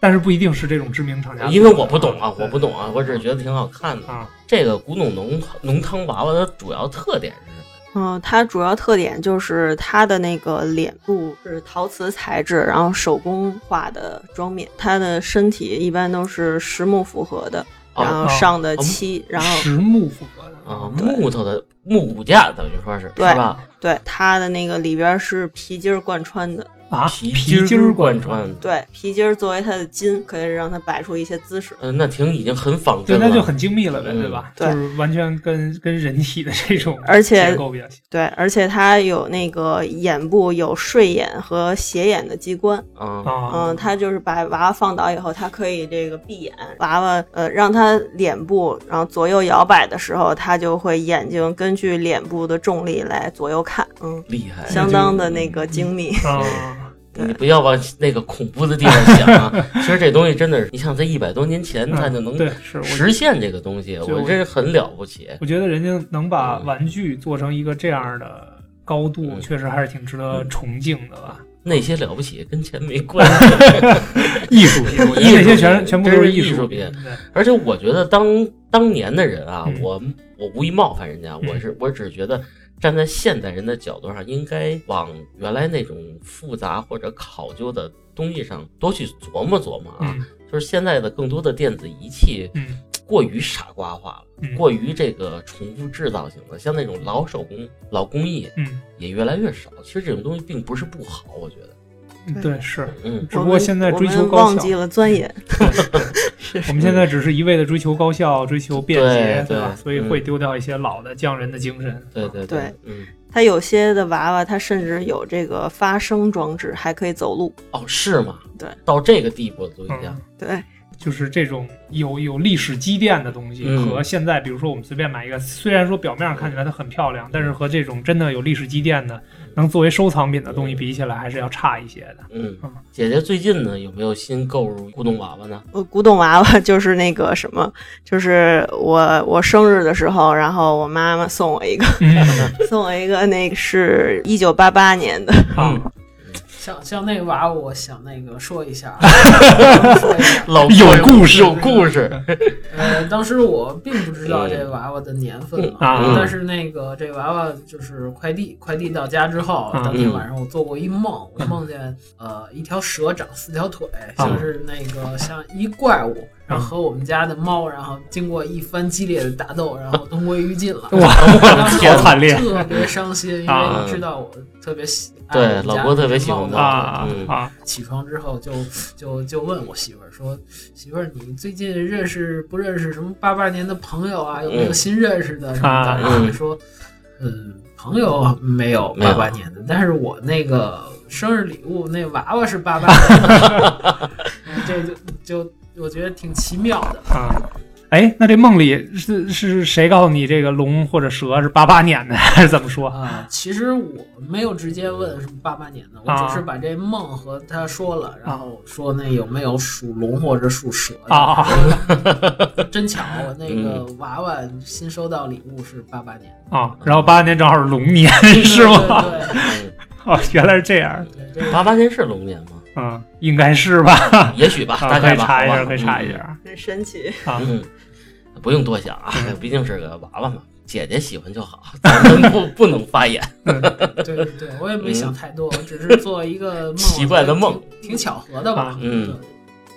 Speaker 2: 但是不一定是这种知名厂家，
Speaker 1: 因为我不懂啊，我不懂啊，我只是觉得挺好看的。
Speaker 2: 啊
Speaker 1: 这个古董浓浓汤娃娃的主要特点是什么？
Speaker 3: 嗯，它主要特点就是它的那个脸部是陶瓷材质，然后手工画的妆面。它的身体一般都是实木复合的，
Speaker 1: 哦
Speaker 3: 然后
Speaker 2: 哦
Speaker 3: 上的
Speaker 1: 哦
Speaker 3: 漆，然后
Speaker 2: 实木复合的
Speaker 1: 啊，
Speaker 3: 对
Speaker 1: 木头的木骨架等于说是是
Speaker 3: 对
Speaker 1: 吧？
Speaker 3: 对，它的那个里边是皮筋儿贯穿的，
Speaker 2: 啊，
Speaker 1: 皮
Speaker 2: 筋
Speaker 1: 儿
Speaker 2: 儿
Speaker 1: 贯穿。
Speaker 3: 对，皮筋儿作为它的筋，可以让它摆出一些姿势。
Speaker 1: 嗯，那挺已经很仿
Speaker 2: 对，
Speaker 1: 真
Speaker 2: 那就
Speaker 1: 了。
Speaker 2: 很精密了呗，
Speaker 1: 嗯
Speaker 2: 对吧？
Speaker 3: 对
Speaker 2: 就是完全跟跟人体的这种
Speaker 3: 而且
Speaker 2: 结构比较像
Speaker 3: 对，而且它有那个眼部有睡眼和斜眼的机关，
Speaker 1: 啊，
Speaker 2: 啊
Speaker 3: 嗯，它就是把娃娃放倒以后，它可以这个闭眼，娃娃呃让它脸部然后左右摇摆的时候，它就会眼睛根据脸部的重力来左右看，嗯，
Speaker 1: 厉
Speaker 2: 哎
Speaker 1: 害，
Speaker 3: 相当的那个精密。
Speaker 2: 啊
Speaker 1: 你不要往那个恐怖的地方想啊！ 其实这东西真的是，你想在一百多年前，它就能
Speaker 2: 嗯对，是我
Speaker 1: 实现这个东西，
Speaker 2: 就
Speaker 1: 我真是很了不起。
Speaker 2: 我觉得人家能把
Speaker 1: 嗯
Speaker 2: 玩具做成一个这样的高度，
Speaker 1: 嗯
Speaker 2: 确实还是挺值得崇敬的吧。
Speaker 1: 那些了不起跟钱没关 系，
Speaker 2: 艺术品，我觉得
Speaker 1: 艺术
Speaker 2: 那些
Speaker 1: 品
Speaker 2: 全全部都
Speaker 1: 真是
Speaker 2: 是
Speaker 1: 艺术
Speaker 2: 术
Speaker 1: 品
Speaker 2: 对
Speaker 1: 而且我觉得当当年的人啊，
Speaker 2: 嗯
Speaker 1: 我我无意冒犯人家，
Speaker 2: 嗯
Speaker 1: 我是我只是觉得站在现代人的角度上，应该往原来那种复杂或者考究的东西上多去琢磨琢磨啊。
Speaker 2: 嗯
Speaker 1: 就是现在的更多的电子仪器
Speaker 2: 嗯
Speaker 1: 过于傻瓜化了，
Speaker 2: 嗯
Speaker 1: 过于这个重复制造型的，像那种老手工、老工艺
Speaker 2: 嗯
Speaker 1: 也越来越少。其实这种东西并不是不好，我觉得，
Speaker 2: 嗯，对是。
Speaker 1: 嗯，
Speaker 2: 只不过现在追
Speaker 3: 我
Speaker 2: 求
Speaker 3: 们
Speaker 2: 高
Speaker 3: 忘
Speaker 2: 效
Speaker 3: 记，了钻研，是
Speaker 2: 我们现在只是一味的追求高效、追求便捷，
Speaker 1: 对
Speaker 2: 吧？
Speaker 1: 对
Speaker 2: 所以会丢掉一些老的匠人的精神。
Speaker 1: 对对
Speaker 3: 对，
Speaker 1: 嗯，
Speaker 3: 它有些的娃娃，它甚至有这个发声装置，还可以走路。
Speaker 1: 哦，是吗？
Speaker 3: 对，
Speaker 1: 到这个地步了都已经
Speaker 2: 嗯，，
Speaker 3: 对，
Speaker 2: 就是这种有有历史积淀的东西，
Speaker 1: 嗯
Speaker 2: 和现在比如说我们随便买一个，虽然说表面上看起来它很漂亮，但是和这种真的有历史积淀的，能作为收藏品的东西比起来，还是要差一些的。
Speaker 1: 嗯
Speaker 2: 嗯，
Speaker 1: 姐姐最近呢有没有新购入互动娃娃呢？
Speaker 3: 我呃古董娃娃 就是那个什么，就是我我生日的时候，然后我妈妈送我一个，
Speaker 2: 嗯，
Speaker 3: 送我一个，那个是一九八八年的，
Speaker 2: 好，
Speaker 1: 嗯
Speaker 4: 像像那个娃娃，我想那个说 一下，说一下，
Speaker 1: 老
Speaker 2: 有故事
Speaker 1: 有故 事，
Speaker 4: 呃，当时我并不知道
Speaker 2: 嗯
Speaker 4: 这娃娃的年份啊，
Speaker 2: 嗯啊
Speaker 4: 但是那个这娃娃就是快递，快递到家之后，
Speaker 2: 嗯
Speaker 4: 当天晚上我做过一梦，我梦见呃一条蛇长四条腿，像是那个像一怪物。然后和我们家的猫，然后经过一番激烈的打斗，然后同归于尽了。
Speaker 2: 哇，
Speaker 4: 天
Speaker 2: 好惨烈
Speaker 4: 特别伤心，因为
Speaker 2: 啊
Speaker 4: 你知道我特别喜爱
Speaker 1: 对
Speaker 4: 我们家
Speaker 1: 老郭特别喜欢
Speaker 4: 猫
Speaker 1: 猫
Speaker 4: 嘛
Speaker 2: 啊
Speaker 1: 嗯
Speaker 2: 啊！
Speaker 4: 起床之后就就就问我媳妇儿说：“媳妇儿，你最近认识不认识什么八八年的朋友啊？有
Speaker 1: 嗯
Speaker 4: 没有新认识的什么的？”
Speaker 2: 啊
Speaker 4: 然后我说：“嗯，朋友没有
Speaker 1: 没有
Speaker 4: 八八年的，但是我那个生日礼物那娃娃是八八年的， 嗯这就就我觉得挺奇妙的。
Speaker 2: 啊。哎，那这梦里是是谁告诉你这个龙或者蛇是八八年的，还是怎么说？
Speaker 4: 啊，其实我没有直接问什么八八年的，我
Speaker 2: 啊
Speaker 4: 只是把这梦和他说了，然后说那有没有属龙或者属蛇的
Speaker 2: 啊
Speaker 4: 真巧，
Speaker 1: 嗯
Speaker 4: 我那个娃娃新收到礼物是八八 年，
Speaker 2: 啊！然后八八年正好是龙年，
Speaker 1: 嗯
Speaker 2: 是吗？
Speaker 4: 对
Speaker 2: 哦，原来是这样。
Speaker 4: 对对对，
Speaker 1: 八八年是龙年吗？
Speaker 2: 嗯，应该是吧？
Speaker 1: 也许吧，
Speaker 2: 啊，
Speaker 1: 大
Speaker 2: 可
Speaker 1: 概
Speaker 2: 以
Speaker 1: 吧，
Speaker 2: 查一
Speaker 1: 好
Speaker 2: 下，
Speaker 1: 吧
Speaker 2: 可以查一。下。
Speaker 3: 很神奇。
Speaker 2: 啊
Speaker 1: 嗯，嗯不用多想啊
Speaker 2: 嗯，
Speaker 1: 毕竟是个娃娃嘛，姐姐喜欢就好，咱们不不能发言。
Speaker 4: 对对对对，我也没想太多，我只是做一个梦，
Speaker 1: 嗯 奇怪的梦
Speaker 4: 挺，挺巧合的吧
Speaker 2: 啊？
Speaker 1: 嗯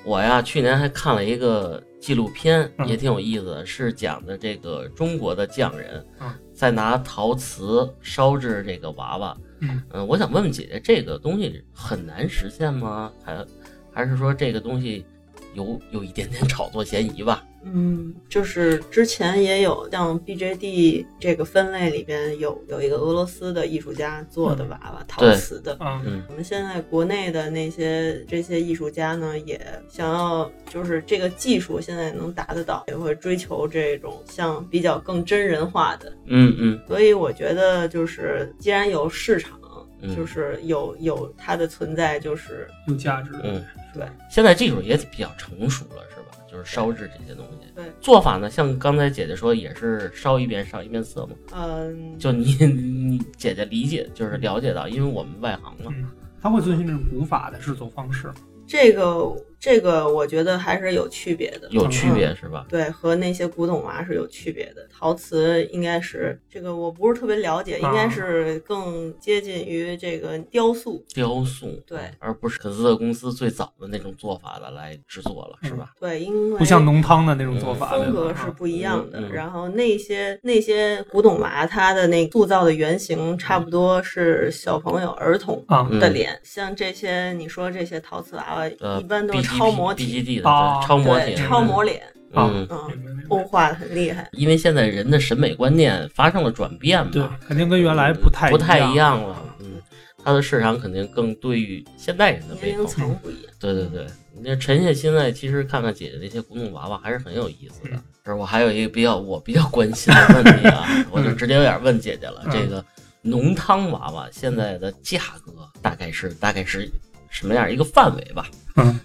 Speaker 1: 我呀，去年还看了一个纪录片，
Speaker 2: 嗯
Speaker 1: 也挺有意思的，是讲的这个中国的匠人
Speaker 2: 嗯
Speaker 1: 在拿陶瓷烧制这个娃娃。
Speaker 2: 嗯
Speaker 1: 嗯，我想问问姐姐，这个东西很难实现吗？还还是说这个东西有有一点点炒作嫌疑吧？
Speaker 3: 嗯，就是之前也有像 BJD 这这个分类里边有有一个俄罗斯的艺术家做
Speaker 1: 嗯
Speaker 3: 的娃娃，陶
Speaker 1: 对
Speaker 3: 瓷的。
Speaker 2: 啊
Speaker 1: 嗯
Speaker 3: 我们现在国内的那些这些艺术家呢，也想要就是这个技术现在能达得到，也会追求这种像比较更真人化的。
Speaker 1: 嗯嗯
Speaker 3: 所以我觉得就是既然有市场，
Speaker 1: 嗯，
Speaker 3: 就是有有它的存在，就是
Speaker 2: 有价值。
Speaker 1: 嗯，
Speaker 3: 对，
Speaker 1: 现在技术也比较成熟了，是吧？就是烧制这些东西。
Speaker 3: 对
Speaker 1: 做法呢，像刚才姐姐说，也是烧一遍上一遍色嘛。
Speaker 3: 嗯，
Speaker 1: 就你 你姐姐理解，就是了解到，因为我们外行嘛。
Speaker 2: 嗯，他会遵循这种古法的制作方式。
Speaker 3: 这个这个我觉得还是有区别的。
Speaker 1: 有区别是吧？
Speaker 3: 对，和那些古董啊娃是有区别的。陶瓷应该是这个，我不是特别了解，
Speaker 2: 啊
Speaker 3: 应该是更接近于这个雕塑。
Speaker 1: 雕塑
Speaker 3: 对
Speaker 1: 而不是肯斯特公司最早的那种做法的来制作了，
Speaker 3: 嗯
Speaker 1: 是吧？
Speaker 3: 对，因为
Speaker 2: 不像浓汤的那种啊做法，
Speaker 3: 风格是不一样的。
Speaker 1: 嗯嗯
Speaker 3: 然后那些那些古董娃，它的那塑造的原型差不多是小朋友、儿童
Speaker 2: 啊
Speaker 1: 嗯
Speaker 3: 的脸，像这些你说这些陶瓷娃娃，
Speaker 1: 呃，
Speaker 3: 一般都是超模
Speaker 1: B
Speaker 3: 体，
Speaker 1: G D 的
Speaker 2: 啊
Speaker 1: 对超模体
Speaker 3: 对，，超模脸，
Speaker 2: 啊
Speaker 1: 嗯，
Speaker 3: 嗯，欧化的很厉害。
Speaker 1: 因为现在人的审美观念发生了转变
Speaker 2: 对
Speaker 3: 嗯
Speaker 1: 嘛，，嗯
Speaker 2: 肯定跟原来不太
Speaker 1: 不太
Speaker 2: 一
Speaker 1: 一。样了，嗯，它的市场肯定更对于现代人的胃
Speaker 3: 年龄
Speaker 1: 口，
Speaker 3: 层不一样，
Speaker 1: 对对对，那沉下心来，其实看看姐姐那些古董娃娃还是很有意思的
Speaker 2: 嗯。
Speaker 1: 这我还有一个比较我比较关心的问题 啊，我就直接有点问姐姐了。
Speaker 2: 嗯
Speaker 1: 这个浓汤娃娃现在的价格大概是大概是什么样一个范围吧？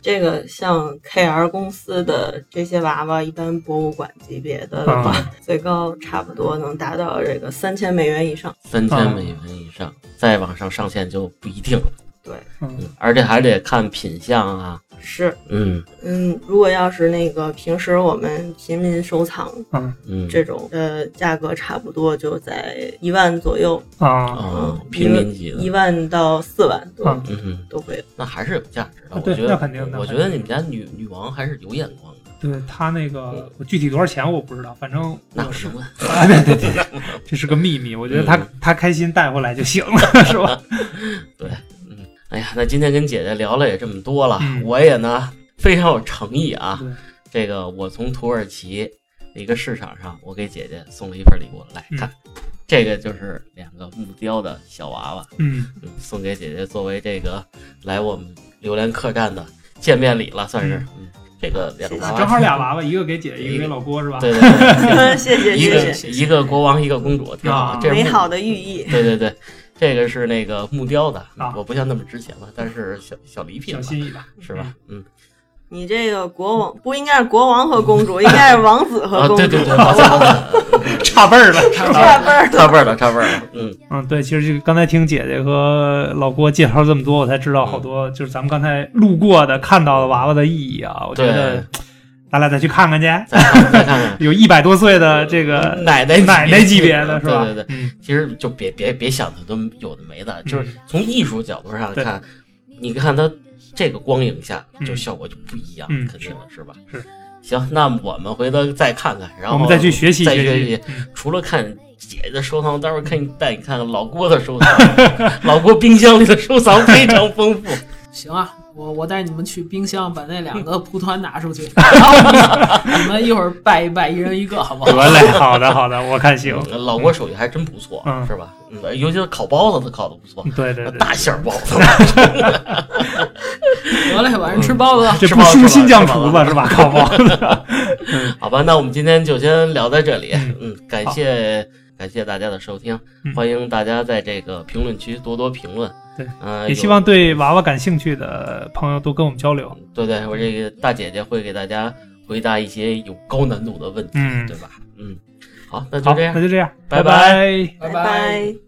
Speaker 3: 这个像 KR 公司的这些娃娃，一般博物馆级别的
Speaker 1: 嗯
Speaker 2: 啊
Speaker 3: 话，最高差不多能达到这个三千美元以上。
Speaker 1: 三千
Speaker 2: 嗯
Speaker 1: 美元以上，再往上上限就不一定了。
Speaker 3: 对，
Speaker 2: 嗯
Speaker 1: 嗯，而且还得看品相啊，
Speaker 3: 是，
Speaker 1: 嗯
Speaker 3: 嗯，如果要是那个平时我们平民收藏
Speaker 1: 嗯
Speaker 3: 这种的价格，差不多就在一万左右，
Speaker 2: 啊，
Speaker 1: 啊，
Speaker 3: 嗯，
Speaker 1: 平民级的
Speaker 3: 一，万到四万都、
Speaker 2: 嗯
Speaker 1: 嗯哼，
Speaker 3: 都会有。
Speaker 1: 那还是有价值的。我
Speaker 2: 啊对
Speaker 1: 觉得，
Speaker 2: 那肯定那
Speaker 1: 我觉
Speaker 2: 肯
Speaker 1: 得
Speaker 2: 定
Speaker 1: 你们家女女王还是有眼光的，
Speaker 2: 对他那
Speaker 1: 嗯
Speaker 2: 个我具体多少钱我不知道，反正
Speaker 1: 那
Speaker 2: 我
Speaker 1: 十万，
Speaker 2: 啊， 对对对，这是个秘密，我觉得他
Speaker 1: 嗯
Speaker 2: 他开心带回来就行了，是吧？
Speaker 1: 哎呀，那今天跟姐姐聊了也这么多了，
Speaker 2: 嗯
Speaker 1: 我也呢非常有诚意啊
Speaker 2: 对。
Speaker 1: 这个我从土耳其一个市场上，我给姐姐送了一份礼物来
Speaker 2: 嗯
Speaker 1: 看，这个就是两个木雕的小娃娃，
Speaker 2: 嗯，
Speaker 1: 嗯，送给姐姐作为这个来我们榴莲客栈的见面礼了，算是。嗯，这个两个
Speaker 3: 谢谢
Speaker 1: 娃
Speaker 2: 正
Speaker 1: 娃，
Speaker 2: 好俩娃娃，一个给姐，一个给老郭，是吧？
Speaker 1: 对对对，
Speaker 3: 谢谢
Speaker 1: 一
Speaker 3: 谢
Speaker 1: 个
Speaker 3: 谢，
Speaker 1: 一个国王，一个公主，挺好
Speaker 2: 啊
Speaker 1: 的。这是
Speaker 3: 美
Speaker 1: 木
Speaker 3: 好的寓意。
Speaker 1: 对对对，这个是那个木雕的，
Speaker 2: 啊
Speaker 1: 我不像那么值钱了，但是小小礼品
Speaker 2: 小
Speaker 1: 吧，
Speaker 2: 心翼吧，
Speaker 1: 是吧？嗯，
Speaker 3: 你这个国王不应该是国王和公 主，应该是王子和
Speaker 1: 啊，
Speaker 3: 公主。
Speaker 1: 对对 对，好的好的，
Speaker 2: 差辈儿了。
Speaker 3: 差辈儿
Speaker 1: 差辈儿了，差辈儿了，嗯
Speaker 2: 嗯，对，其实就刚才听姐姐和老郭介绍这么多，我才知道好
Speaker 1: 嗯
Speaker 2: 多就是咱们刚才路过的、看到的娃娃的意义啊。我觉得咱俩再去看看去，
Speaker 1: 再看再看 看
Speaker 2: 有一百多岁的这个
Speaker 1: 奶奶
Speaker 2: 呃奶奶级别的是吧？
Speaker 1: 对对对，
Speaker 2: 嗯，
Speaker 1: 其实就别别别想的都有的没的，就是
Speaker 2: 是
Speaker 1: 从艺术角度上
Speaker 2: 嗯对
Speaker 1: 看，你看它这个光影下，
Speaker 2: 嗯
Speaker 1: 就效果就不一样，
Speaker 2: 嗯
Speaker 1: 肯定的是吧？
Speaker 2: 是。
Speaker 1: 行，那我们回头再看看，然后
Speaker 2: 我们再去学习
Speaker 1: 再
Speaker 2: 学
Speaker 1: 习
Speaker 2: 习。嗯
Speaker 1: 除了看姐姐的收藏，待会儿看你带你看看老郭的收藏， 老郭冰箱里的收藏非常丰富。
Speaker 4: 行啊，我我带你们去冰箱把那两个蒲团拿出 去，然后你们你们一会儿拜一拜，一人一个，好不好？
Speaker 2: 得嘞，好的好的，我看行。
Speaker 1: 嗯老郭手艺还真不错，
Speaker 2: 嗯
Speaker 1: 是吧？嗯，尤其是烤包子，他烤的不错，
Speaker 2: 对对对，
Speaker 1: 大馅儿包子，
Speaker 2: 嗯
Speaker 4: 得嘞，晚上
Speaker 1: 嗯
Speaker 4: 吃包子。
Speaker 2: 这
Speaker 1: 吃
Speaker 2: 不
Speaker 1: 饱了
Speaker 2: 输
Speaker 1: 吃饱
Speaker 2: 新
Speaker 1: 了
Speaker 2: 疆
Speaker 1: 吃饱
Speaker 2: 厨
Speaker 1: 了哎
Speaker 2: 子是 吧？烤包子。
Speaker 1: 好吧？那我们今天就先聊到这里，
Speaker 2: 嗯
Speaker 1: 嗯，感谢感谢大家的收听，
Speaker 2: 嗯
Speaker 1: 欢迎大家在这个评论区多多评论，
Speaker 2: 对
Speaker 1: 嗯、
Speaker 2: 也
Speaker 1: 有
Speaker 2: 希望对娃娃感兴趣的朋友多跟我们交流。
Speaker 1: 对对，我这个大姐姐会给大家回答一些有高难度的问题，
Speaker 2: 嗯
Speaker 1: 对吧？嗯，好，那就
Speaker 2: 好，
Speaker 1: 这样
Speaker 2: 那。就这样，
Speaker 1: 拜
Speaker 2: 拜
Speaker 1: 拜
Speaker 4: 拜
Speaker 3: 拜。